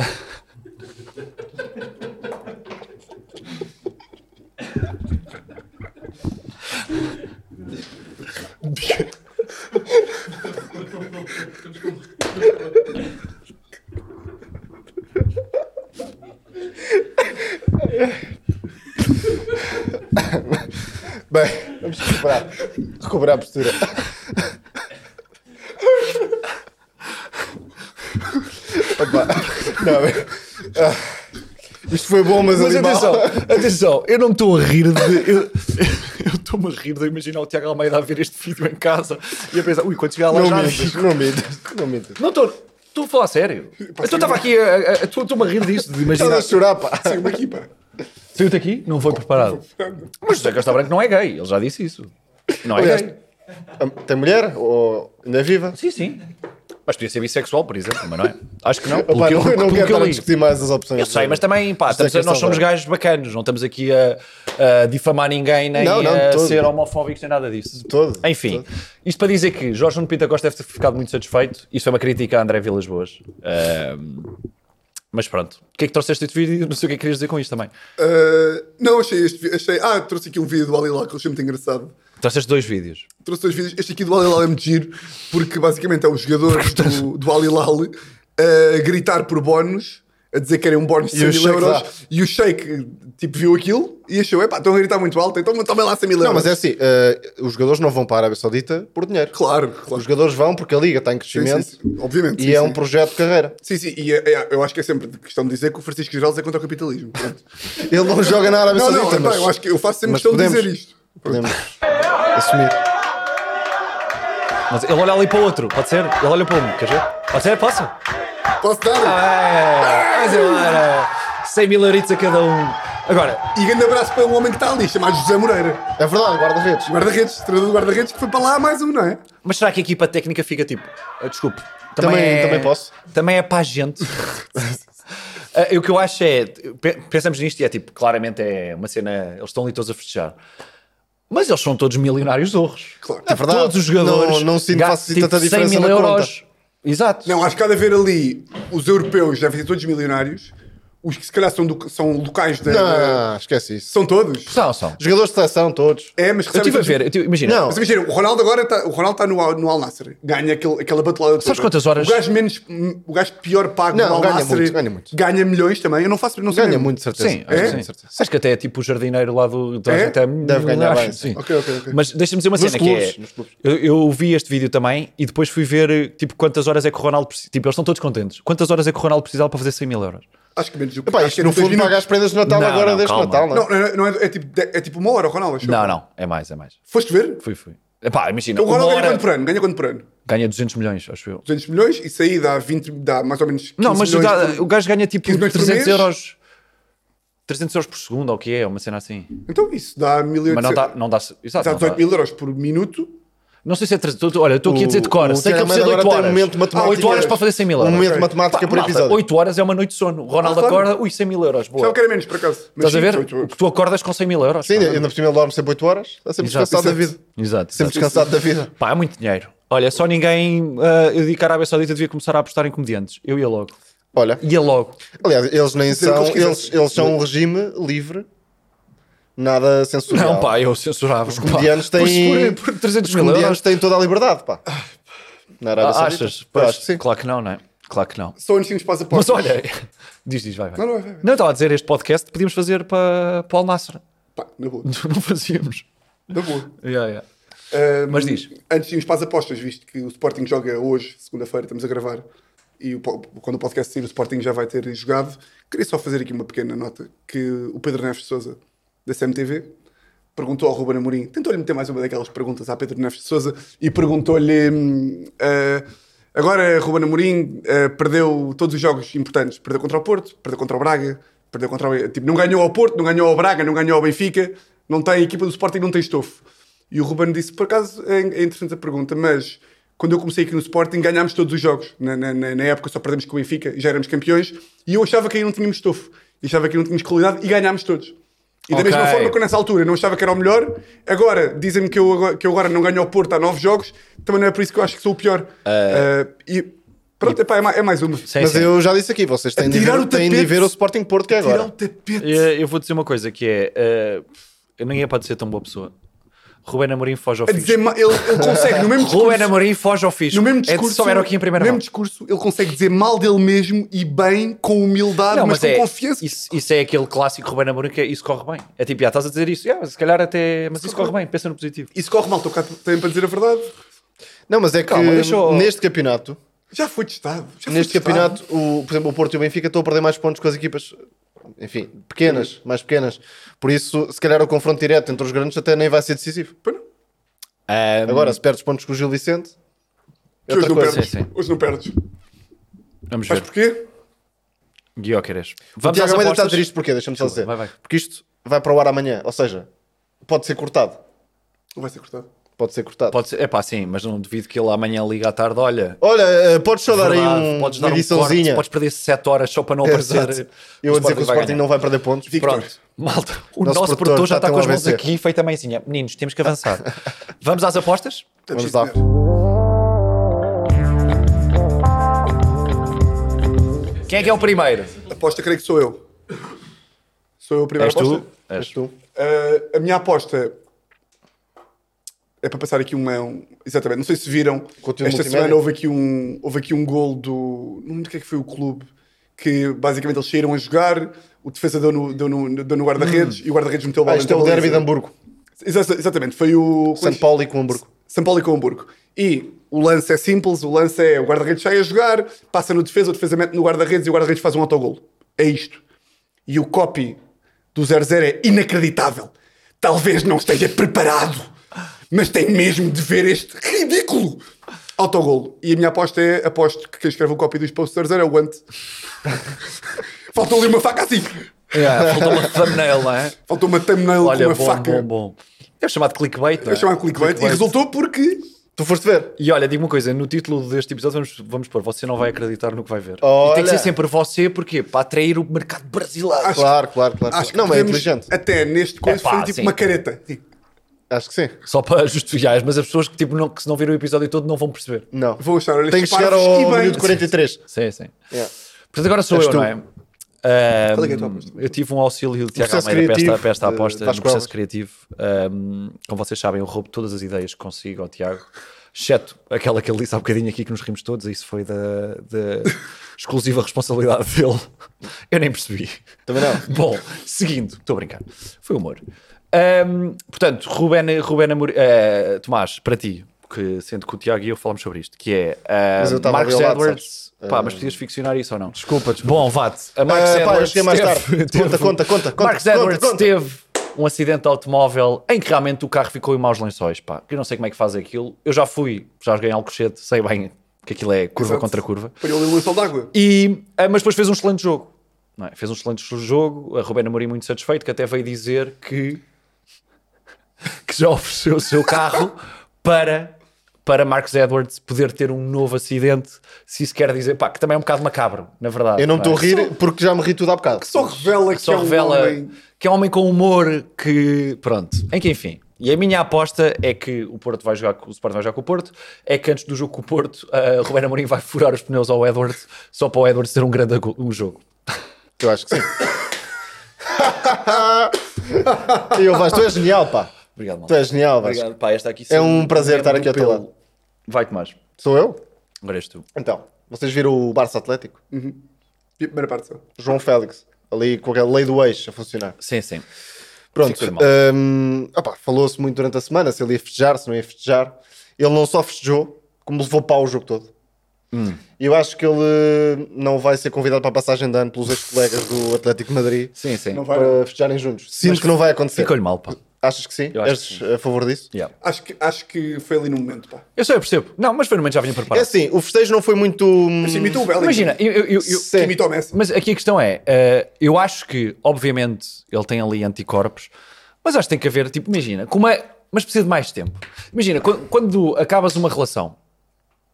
B: Bem, vamos recuperar. Recuperar a postura. Opa, não, bem, ah, isto foi bom, mas,
A: Mas
B: ali mal.
A: atenção, atenção, eu não me estou a rir de. Eu [laughs] eu estou-me a rir de imaginar o Tiago Almeida a ver este vídeo em casa e a pensar, ui, quando chegar lá
B: Não
A: já.
B: mintas, não mintas, não mintas.
A: Não estou. Estou a falar sério. Eu estava aqui. a- a- a- Estou estou-me a rir disto, de
B: Estás
A: imaginar.
B: a chorar, pá.
C: saiu daqui, pá.
A: Saiu-te aqui? Não foi preparado. Mas o José Castro Branco não é gay, ele já disse isso. Não é
B: Aliás,
A: gay.
B: Ah, Tem mulher? Ou ainda é viva?
A: Sim, sim. Mas podia ser bissexual, por exemplo, mas não é? Acho que não. Pelo
B: Opa,
A: que eu,
B: não, não
A: pelo
B: quero
A: que eu
B: estar a
A: li.
B: discutir mais as opções.
A: Eu sei, mas também, pá,
B: Isto é
A: estamos a- nós
B: questão
A: somos
B: de-
A: gajos bacanos, não estamos aqui a, a difamar ninguém, nem
B: Não, não, de
A: a
B: todo.
A: ser homofóbicos, nem nada disso.
B: todo, de
A: Enfim,
B: todo.
A: isto para dizer que Jorge Nuno Pinto da Costa deve ter ficado muito satisfeito. Isto é uma crítica a André Vilas Boas. Ahm, mas pronto, o que é que trouxeste este vídeo? Não sei o que é que querias dizer com isto também.
C: Ah, não, achei este vi- achei Ah, trouxe aqui um vídeo do Ali Lá que eu achei muito engraçado.
A: Trouxeste dois vídeos.
C: trouxe dois vídeos. Este aqui do Alilal é muito giro, porque basicamente é
B: [laughs]
C: os jogadores do, do Alilal a gritar por bónus, a dizer que querem um bónus de
B: E o
C: 100 mil
B: Sheik
C: euros.
B: dá.
C: E o Sheik, tipo, viu aquilo e achou: epá, estão a gritar muito alto, então tomem lá 100 mil euros.
B: Não, mas é assim, eh, os jogadores não vão para a Arábia Saudita por dinheiro.
C: Claro,
B: Os
C: claro.
B: jogadores vão porque a liga está em
C: Sim,
B: crescimento
C: sim, sim. Obviamente.
B: e
C: sim,
B: é
C: sim.
B: um projeto de carreira.
C: Sim, sim, e é- é- eu acho que é sempre questão de dizer que o Francisco Geraldes é contra o capitalismo. Pronto.
B: Ele não joga na Arábia
C: não, não,
B: Saudita, [laughs]
C: epá,
B: mas
C: eu acho que eu faço sempre
B: mas
C: questão de
B: podemos.
C: dizer isto.
B: podemos assumir.
A: Mas ele olha ali para o outro, pode ser? Ele olha para um, quer ver? Pode ser? Posso?
C: Posso dar?
A: É, mas agora, 100 mil euritos a cada um.
B: Ah.
A: Agora,
C: E grande abraço para um homem que está ali, chamado José Moreira.
B: É verdade, guarda-redes.
C: Guarda-redes, treinador do guarda-redes, que foi para lá mais um, não é?
A: Mas será que a equipa técnica fica tipo? "Ah, Desculpe.
B: Também-
A: é,
B: também posso."
A: Também é para a
B: [laughs]
A: gente. Ah, e o que eu acho é. pe- Pensamos nisto e é tipo, claramente é uma cena. Eles estão ali todos a festejar. Mas eles são todos milionários zorros.
C: Claro,
B: é verdade.
A: Todos os jogadores.
B: Não- não sinto que
A: ga-
B: faça assim tanta diferença
A: 100 mil
B: na conta.
A: euros. Exato.
C: Não, acho que há de haver ali os europeus devem ser todos milionários, os que se calhar são, do- são locais da. da-
B: Não, Ah, esquece isso.
C: São todos.
A: São, são.
B: Jogadores de seleção, todos.
C: É, mas
A: Eu
C: recebem
A: estive a
C: todos-
A: ver. eu tive- imagina.
B: Não.
C: Mas imagina, o Ronaldo agora está o Ronaldo está no, Al- no Al Nassr. Ganha aquele, aquela batelada toda.
A: Sabes quantas horas?
C: O gajo, menos, o gajo pior pago
B: Não,
C: do Al
B: ganha
C: Nassr
B: muito, ganha muito.
C: ganha milhões também. Eu não faço. Não sei
B: Ganha
C: mesmo.
B: muito, de certeza.
A: Sim, acho,
C: É?
A: que sim. acho que até tipo o jardineiro lá do. do
C: É?
A: até-
B: Deve ganhar bem,
A: Sim.
C: Ok, ok, ok.
A: Mas deixa-me dizer uma
B: Nos
A: cena
B: clubes,
A: que
B: nos
A: é.
B: clubes.
A: Eu, eu vi este vídeo também e depois fui ver tipo quantas horas é que o Ronaldo precisa. Tipo, eles estão todos contentes. Quantas horas é que o Ronaldo precisava para fazer 100 mil euros?
C: Acho que menos do que.
B: Epá,
C: acho
B: isto
C: que é
B: no
C: dois
B: fundo
C: minutos.
B: paga as prendas de Natal
A: Não,
B: agora
A: não,
B: deste
A: calma.
B: Natal, não é?
C: Não, não, não, é, é tipo, de- é tipo uma hora, Ronaldo. acho
A: Não,
C: eu.
A: não, é mais, é mais.
C: Foste ver? Então,
A: Fui, fui. Epá, imagina,
C: O
A: uma
C: Ronaldo ganha
A: hora
C: quanto por ano? Ganha quanto por ano?
A: ganha 200 milhões, acho eu.
C: 200 milhões, isso aí dá 20, dá mais ou menos 15
A: Não, mas o
C: milhões
A: ga-
C: por-
A: o gajo ganha tipo
C: 15 milhões por
A: 300
C: mês?
A: euros. 300 euros por segundo, ou o que é, uma cena assim.
C: Então isso dá 1.800...
A: Mas não dá, não dá, exato,
C: dá
A: Ah, não, dá-
C: 18 mil euros por minuto.
A: não sei se é 300, olha, eu estou aqui a dizer de
B: O-
A: cor,
B: o
A: sei que ele
B: Tiago
A: precisa de
B: agora
A: 8
B: tem
A: horas.
B: um momento de
A: Há 8
B: matemática-
A: horas para fazer 100 mil
B: Um
A: euros.
B: momento de matemática por episódio.
A: 8 horas é uma noite de sono. O Ronaldo
C: Ah, claro. é
A: acorda, ui, 100 mil euros, boa.
C: Já que era menos, por acaso.
A: Estás
C: Mas
A: a
C: sim,
A: ver?
C: 18
A: O
C: euros.
A: que tu acordas com 100 mil euros.
B: Sim,
A: pá.
B: ainda por cima ele dorme sempre 8 horas. Está sempre
A: Exato,
B: descansado da
A: exato.
B: vida.
A: Exato,
B: Sempre
A: exato.
B: descansado da vida.
A: Pá, é muito dinheiro. Olha, só ninguém. ah, eu digo que a Arábia Saudita devia começar a apostar em comediantes. Eu ia logo.
B: Olha,
A: Ia logo.
B: aliás, eles nem
C: Dizer o que
B: são.
C: eles
B: Eles,
C: quisessem.
B: eles são um regime livre, nada censurado.
A: Não, pá, eu censurava. Os
B: comediantes têm-
A: Por, por, por 300
B: Os
A: mil euros.
B: comediantes têm toda a liberdade, pá. Na Arábia
A: Ah,
B: Saudita.
A: achas? Pois,
B: Acho que sim.
A: Claro que não, não é? Claro que não.
C: Só antes tínhamos passaportes.
A: Mas olha, [laughs] diz, diz, vai, vai.
C: Não, não, vai, vai.
A: Não, estava a dizer, este podcast podíamos fazer para, para o Al Nasser.
C: Pá, na boa.
A: [laughs] Não fazíamos.
C: Na boa.
A: Yeah, yeah.
C: Ahm,
A: Mas diz.
C: Antes tínhamos para as apostas, visto que o Sporting joga hoje, segunda-feira, estamos a gravar. E o po- quando o podcast sair, o Sporting já vai ter jogado. Queria só fazer aqui uma pequena nota: que o Pedro Neves de Souza, da CMTV, perguntou ao Ruben Amorim, tentou-lhe meter mais uma daquelas perguntas à Pedro Neves de Souza e perguntou-lhe: hum, ah, agora Ruben Amorim ah, perdeu todos os jogos importantes. Perdeu contra o Porto, perdeu contra o Braga, perdeu contra o. Tipo, não ganhou ao Porto, não ganhou ao Braga, não ganhou ao Benfica, não tem a equipa do Sporting, não tem estofo. E o Ruben disse: Por acaso é, é interessante a pergunta, mas quando eu comecei aqui no Sporting ganhámos todos os jogos. Na, na- na- na época só perdemos com o Benfica e já éramos campeões. E eu achava que aí não tínhamos estofo, e achava que aí não tínhamos qualidade e ganhámos todos. E da
A: Ok.
C: mesma forma que eu nessa altura não achava que era o melhor, agora dizem-me que eu, agora- que eu agora não ganho ao Porto há nove jogos, também não é por isso que eu acho que sou o pior.
A: Eh,
C: Ah, e pronto, epá, é, ma- é mais uma.
A: Sim,
B: Mas
A: sim.
B: eu já disse aqui, vocês têm de
C: Tirar
B: ver,
C: o
B: têm de
C: tapete.
B: ver o Sporting Porto que é
C: Tirar o
B: agora.
C: tapete.
A: Eh, Eu, eu vou dizer uma coisa que é. eh, eu ninguém pode ser tão boa pessoa. Ruben Amorim foge ao
C: A dizer,
A: fisco.
C: ma- ele, ele consegue,
A: [laughs]
C: no mesmo
A: Ruben
C: discurso,
A: Amorim foge ao fisco.
C: No mesmo
A: é de
C: discurso,
A: souber aqui em primeira
C: no mesmo
A: mão.
C: discurso, ele consegue dizer mal dele mesmo e bem, com humildade,
A: Não,
C: mas,
A: mas
C: com
A: é,
C: confiança.
A: Isso, isso é aquele clássico Ruben Amorim que é, isso corre bem. É tipo, já estás a dizer isso, yeah, se calhar até. Mas isso corre bem, pensa no positivo.
C: Isso corre mal, estou cá também para dizer a verdade.
B: Não, mas é que
A: Calma, deixa eu-
B: neste campeonato,
C: Já foi testado. já foi
B: neste
C: testado.
B: campeonato, o, por exemplo, o Porto e o Benfica estão a perder mais pontos com as equipas, enfim, pequenas, mais pequenas. Por isso, se calhar o confronto direto entre os grandes até nem vai ser decisivo.
A: Uhum.
C: Pois não.
B: Agora, se perdes pontos com o Gil Vicente, é
C: Hoje
B: outra
C: não,
B: coisa.
C: perdes.
A: Sim, sim.
C: Hoje não perdes.
A: Vamos
C: Mas
A: ver.
C: porquê?
A: Guioqueres.
B: O
A: Vamos
B: Tiago
A: às
B: Almeida está
A: apostas.
B: triste porquê? Deixa-me só dizer.
A: vai, vai.
B: Porque isto vai para o ar amanhã, ou seja, pode ser cortado.
C: Não vai ser cortado.
B: Pode ser cortado.
A: Pode ser, é pá, sim, mas não duvido que ele amanhã liga à tarde. Olha,
B: Olha, eh, podes só dar aí
A: verdade,
B: um,
A: podes dar
B: uma
A: um corte,
B: ediçãozinha.
A: podes perder 7 horas só para
B: [laughs]
A: não aparecer.
B: Exato.
A: [laughs]
B: Eu vou dizer que o Sporting não vai perder pontos.
A: ganhar.
C: Victor.
A: Pronto, malta, o
B: Nosso
A: nosso,
B: produtor
A: produtor já está
B: está a
C: um
A: com as mãos
B: vencer.
A: aqui feita meio assim. é, Meninos, temos que
C: [laughs]
A: avançar. Vamos às apostas?
B: Vamos
C: é.
B: lá.
A: Quem é que é o primeiro?
C: Aposta, creio que sou eu. Sou eu a primeira
A: És tu?
C: aposta.
A: És.
B: És tu.
C: Ah, a minha aposta é para passar aqui uma. um- exatamente, não sei se viram.
B: Conteúdo
C: esta
B: multimédia.
C: semana houve aqui um, houve aqui um gol do. Não me lembro o que é que foi o clube. Que basicamente eles saíram a jogar, o defesa deu no, deu no, deu no guarda-redes e o guarda-redes meteu o
B: Ah,
C: balão.
A: então
B: isto é o derby de Hamburgo.
C: Exatamente, foi o.
B: São Paulo e com Hamburgo.
C: São Paulo e com Hamburgo. E o lance é simples, o lance é o guarda-redes sai a jogar, passa no defesa, o defesa mete no guarda-redes e o guarda-redes faz um autogolo. É isto. E o copy do 0-0 é inacreditável. Talvez não esteja preparado, mas tem mesmo de ver este ridículo autogolo. E a minha aposta é, aposto que quem escreve o copy dos posts 0-0 é o Ant. [laughs] Faltou ali uma faca assim.
A: Yeah, faltou uma thumbnail, não é?
C: Faltou uma thumbnail
A: Olha,
C: com uma
A: bom,
C: faca.
A: bom, bom. É o chamado clickbait, não é?
C: Eu chamava clickbait, e resultou porque...
B: Tu foste ver?
A: E olha, digo uma coisa, no título deste episódio vamos, vamos pôr Você não vai acreditar no que vai ver. E tem
B: Olha.
A: que ser sempre você, porquê? Para atrair o mercado brasileiro.
C: Acho-
B: Claro, claro, claro.
C: Acho que
B: não, mas é
C: Tá podemos,
B: inteligente.
C: Até neste coisa
A: Epá,
C: foi tipo
A: sim.
C: uma careta. Sim.
B: Acho que sim.
A: Só para justificar, mas as pessoas que, tipo, não, que se não viram o episódio todo não vão perceber.
B: Não.
C: Vou achar, olha,
B: Tem que chegar
C: parvos e
B: ao
C: bem.
B: minuto 43.
A: Sim, sim.
B: Yeah.
A: Portanto, agora sou
B: És
A: eu,
B: tu.
A: não é? Ahm,
C: Qual é que é a tua aposta?
A: eu tive um auxílio de Tiago
B: processo
A: Almeida para esta,
B: criativo,
A: para esta
B: de
A: aposta, no
B: Vasco
A: processo
B: Alves.
A: criativo. Ahm, como vocês sabem, eu roubo todas as ideias que consigo ao Tiago, exceto aquela que ele disse há bocadinho aqui que nos rimos todos, isso foi da,
B: [laughs]
A: da exclusiva responsabilidade dele. Eu nem percebi.
B: Também não.
A: [laughs] Bom, seguindo, estou a brincar, foi humor. Ahm, portanto, Ruben, Ruben Amor- eh, Tomás, para ti, que sendo que o Tiago e eu falamos sobre isto, que é ah,
B: Mas eu estava
A: Marcos
B: ali ao lado,
A: Edwards.
B: sabes?
A: Pá,
B: Ah.
A: mas podias ficcionar isso ou não?
B: Desculpa,
A: Bom, vá-te. A Marcos
B: Ah, pá, eu
A: Edwards
B: cheguei mais
A: teve-
B: tarde.
A: teve-
B: Conta, conta, conta, conta,
A: Marcos
B: conta,
A: Edwards
B: conta.
A: teve um acidente de automóvel em que realmente o carro ficou em maus lençóis, pá. Eu não sei como é que faz aquilo. Eu já fui, já joguei em Alcochete, sei bem que aquilo é curva
C: Exato.
A: contra curva.
C: Põe ali um lençol d'água.
A: E, ah, mas depois fez um excelente jogo. não é? Fez um excelente jogo, a Rubén Amorim muito satisfeito, que até veio dizer que, [laughs] que já ofereceu o seu carro para, para Marcos Edwards poder ter um novo acidente, se isso quer dizer, pá, que também é um bocado macabro, na verdade.
B: Eu não me estou a
A: é?
B: rir porque já me ri tudo há bocado.
C: Só revela que
A: Só
C: é um
A: revela
C: homem.
A: que é um homem com humor que, pronto, em que enfim. E a minha aposta é que o Porto vai jogar, com- o Sporting vai jogar com o Porto, é que antes do jogo com o Porto, a Rubén Amorim vai furar os pneus ao Edwards, só para o Edwards ter um grande ago- um jogo.
B: Eu acho que sim. [laughs] e eu, Vasco, tu és genial, pá.
A: Obrigado,
B: Tu
A: malta.
B: és genial, Vasco.
A: Obrigado, pá, esta aqui
B: É
A: sim,
B: um prazer
A: lembro
B: estar aqui ao teu
A: pelo-
B: lado.
A: Vai-te mais.
B: Sou eu?
A: Agora és tu.
B: Então, vocês viram o Barça Atlético?
C: E a primeira parte só.
B: João Félix. Ali com aquela lei do eixo a funcionar.
A: Sim, sim.
B: Pronto,
A: Ficou mal.
B: hum, opá, falou-se muito durante a semana se ele ia festejar, se não ia festejar. Ele não só festejou, como levou pau o jogo todo. E eu acho que ele hum, não vai ser convidado para a passagem de ano pelos ex-colegas do Atlético de Madrid
A: Sim, sim.
C: Não vai-
B: para festejarem juntos. Sinto
A: Mas
B: que não vai acontecer.
A: Ficou-lhe mal, pá.
B: Achas que sim?
A: Eu acho
B: És a favor disso? É
A: Yeah.
C: Acho que, acho que foi ali no momento, pá.
A: Eu sei, eu percebo. Não, mas foi no momento que já vinha
B: É
A: preparado.
B: assim, o festejo não foi muito. hum,
C: Mas imitou o Bellingham.
A: Imagina, eu, eu, eu- eu-
C: Que
B: é
C: imita o Messi.
A: Mas aqui a questão é, eh, eu acho que, obviamente, ele tem ali anticorpos, mas acho que tem que haver, tipo, imagina, como é, mas precisa de mais tempo. Imagina, quando, quando acabas uma relação,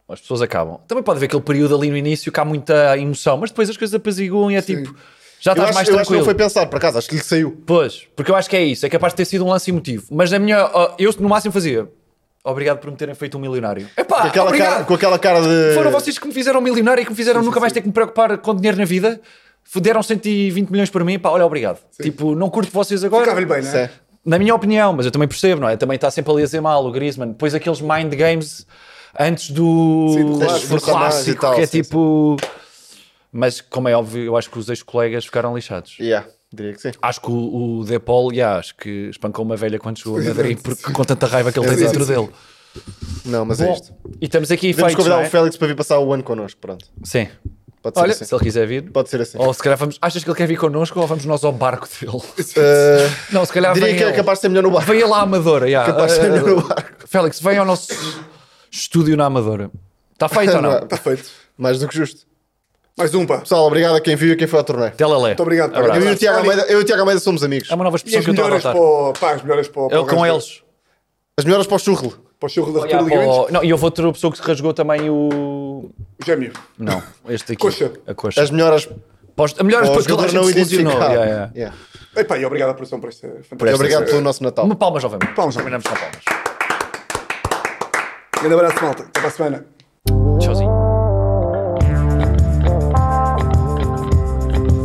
A: as pessoas acabam, também pode haver aquele período ali no início que há muita emoção, mas depois as coisas apaziguam e é tipo, já
B: Eu
A: estás mais
B: acho, eu acho que
A: tranquilo.
B: não foi pensar, por acaso, acho que lhe saiu.
A: Pois, porque eu acho que é isso, é capaz de ter sido um lance emotivo, mas na minha, ó, eu no máximo fazia, obrigado por me terem feito um milionário. Epá,
B: Com aquela,
A: obrigado.
B: cara, com aquela cara de.
A: Foram vocês que me fizeram milionário e que me fizeram nunca mais ter que me preocupar com dinheiro na vida. Deram 120 milhões para mim, pá, olha, obrigado. Tipo, não curto vocês agora.
C: Ficava-lhe bem, não
B: Isso
C: é?
B: é.
A: Na minha opinião, mas eu também percebo, não é? Também está sempre ali a dizer mal o Griezmann. Depois aqueles mind games antes do,
C: Sim, do
B: clássico.
A: do clássico,
B: E tal,
A: que é
B: sim, sim.
A: tipo. Mas, como é óbvio, eu acho que os ex-colegas ficaram lixados.
B: Yeah, diria que sim.
A: Acho que o, o Depol, yeah, acho que espancou uma velha quando chegou a
B: [laughs]
A: Madrid, porque, com tanta raiva que ele tem dentro dele.
B: Não, mas é
A: Bom,
B: isto.
A: e estamos aqui
B: Podemos
A: feitos,
B: convidar
A: não é?
B: o Félix para vir passar o ano connosco, pronto.
A: Sim.
B: Pode ser
A: Olha,
B: assim.
A: se ele quiser vir.
B: Pode ser assim.
A: Ou se calhar vamos. Achas que ele quer vir connosco ou vamos nós ao barco dele?
B: [laughs] Eh,
A: Não, se calhar
B: diria
A: vem
B: que é
A: ele.
B: capaz de ser melhor no barco.
A: Vem ele à Amadora. Yeah.
B: [laughs] Capaz de ser
A: Ah,
B: melhor no
A: ah,
B: barco.
A: Félix, vem ao nosso estúdio na Amadora. Está feito
B: [laughs]
A: ou então
B: Tá.
A: não?
C: Está Tá feito.
B: é? Mais do que justo.
C: Mais um, pá.
B: Pessoal, obrigado a quem viu e a quem foi ao torneio.
A: Telalé.
C: Muito obrigado, pá.
B: Eu
A: Abraço.
B: e o Tiago Almeida, eu e o Tiago Almeida somos amigos.
A: tá. É uma nova
C: E
A: expressão
C: as
A: que eu estou a
C: melhoras
A: adotar.
C: para o... Pá, as melhoras para o... para
A: Eu
C: o
A: com
C: gajo-
A: eles.
B: As melhoras para o churro.
C: Para o churro da
A: Yeah,
C: República yeah,
A: para o- Não, e houve outra pessoa que se rasgou também o.
C: O gêmeo.
A: Não, este aqui.
C: Coxa.
A: A coxa.
B: As melhoras
A: Para os- A melhor
B: para
A: para
B: o
A: toda a
B: jogador
A: gente
B: não
A: se lesionou.
B: identificado.
A: Yeah, yeah.
B: Yeah.
C: Epá, e obrigado à produção por esta
B: E
C: fantástica...
B: Obrigado pelo nosso Natal.
A: Uma palma, jovem.
C: Palmas, jovem.
A: Combinamos com palmas.
C: Grande abraço, malta. Até para a semana.
A: Tchauzinho.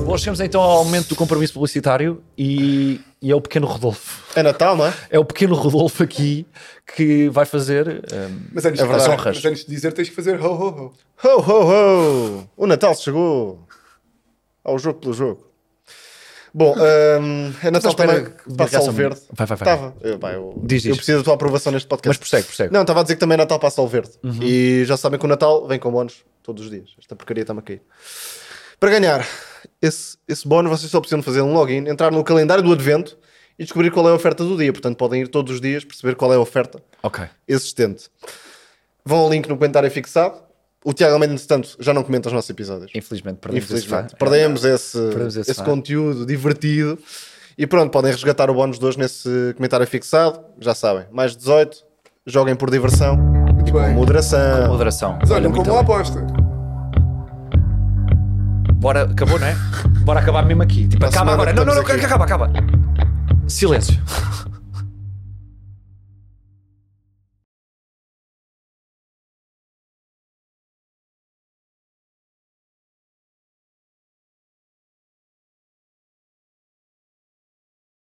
A: Bom, chegamos então ao momento do compromisso publicitário e, e é o pequeno Rodolfo.
B: É Natal, não é?
A: É o pequeno Rodolfo aqui que vai fazer. hum,
C: Mas antes,
B: É
C: de-
B: verdade.
C: mas antes de dizer, tens que fazer ho, ho, ho.
B: Ho, ho, ho! O Natal chegou ao jogo pelo jogo. Bom, hum, é Natal
A: espera
B: também
A: que
B: passa
A: reação
B: ao verde.
A: minha. Vai, vai, vai.
B: Tava. Eu, pá, eu,
A: Diz,
B: eu
A: diz.
B: preciso da tua aprovação neste podcast.
A: mas prossegue, prossegue.
B: Não, estava a dizer que também é Natal passa ao verde. E já sabem que o Natal vem com bónus todos os dias. Esta porcaria está-me a cair. Para ganhar esse, esse bónus, vocês só precisam de fazer um login, entrar no calendário do advento e descobrir qual é a oferta do dia. Portanto, podem ir todos os dias perceber qual é a oferta
A: Ok.
B: existente. Vão ao link no comentário fixado. O Tiago Almeida, entretanto, já não comenta os nossos episódios.
A: Infelizmente perdemos
B: Infelizmente.
A: esse fã.
B: Perdemos esse,
A: Perdemos esse
B: esse
A: fã.
B: conteúdo divertido. E pronto, podem resgatar o bónus de hoje nesse comentário fixado. Já sabem. Mais 18. Joguem por diversão.
C: Muito bem.
B: Moderação.
A: Moderação.
C: Mas
A: Olha,
C: olha,
A: muito
C: como a
A: bem.
C: aposta.
A: Bora, acabou, não é? Bora acabar mesmo aqui. Tipo,
B: Para a
A: acaba
B: semana
A: agora. Não, não, não,
B: estamos aqui.
A: acaba, acaba. Silêncio.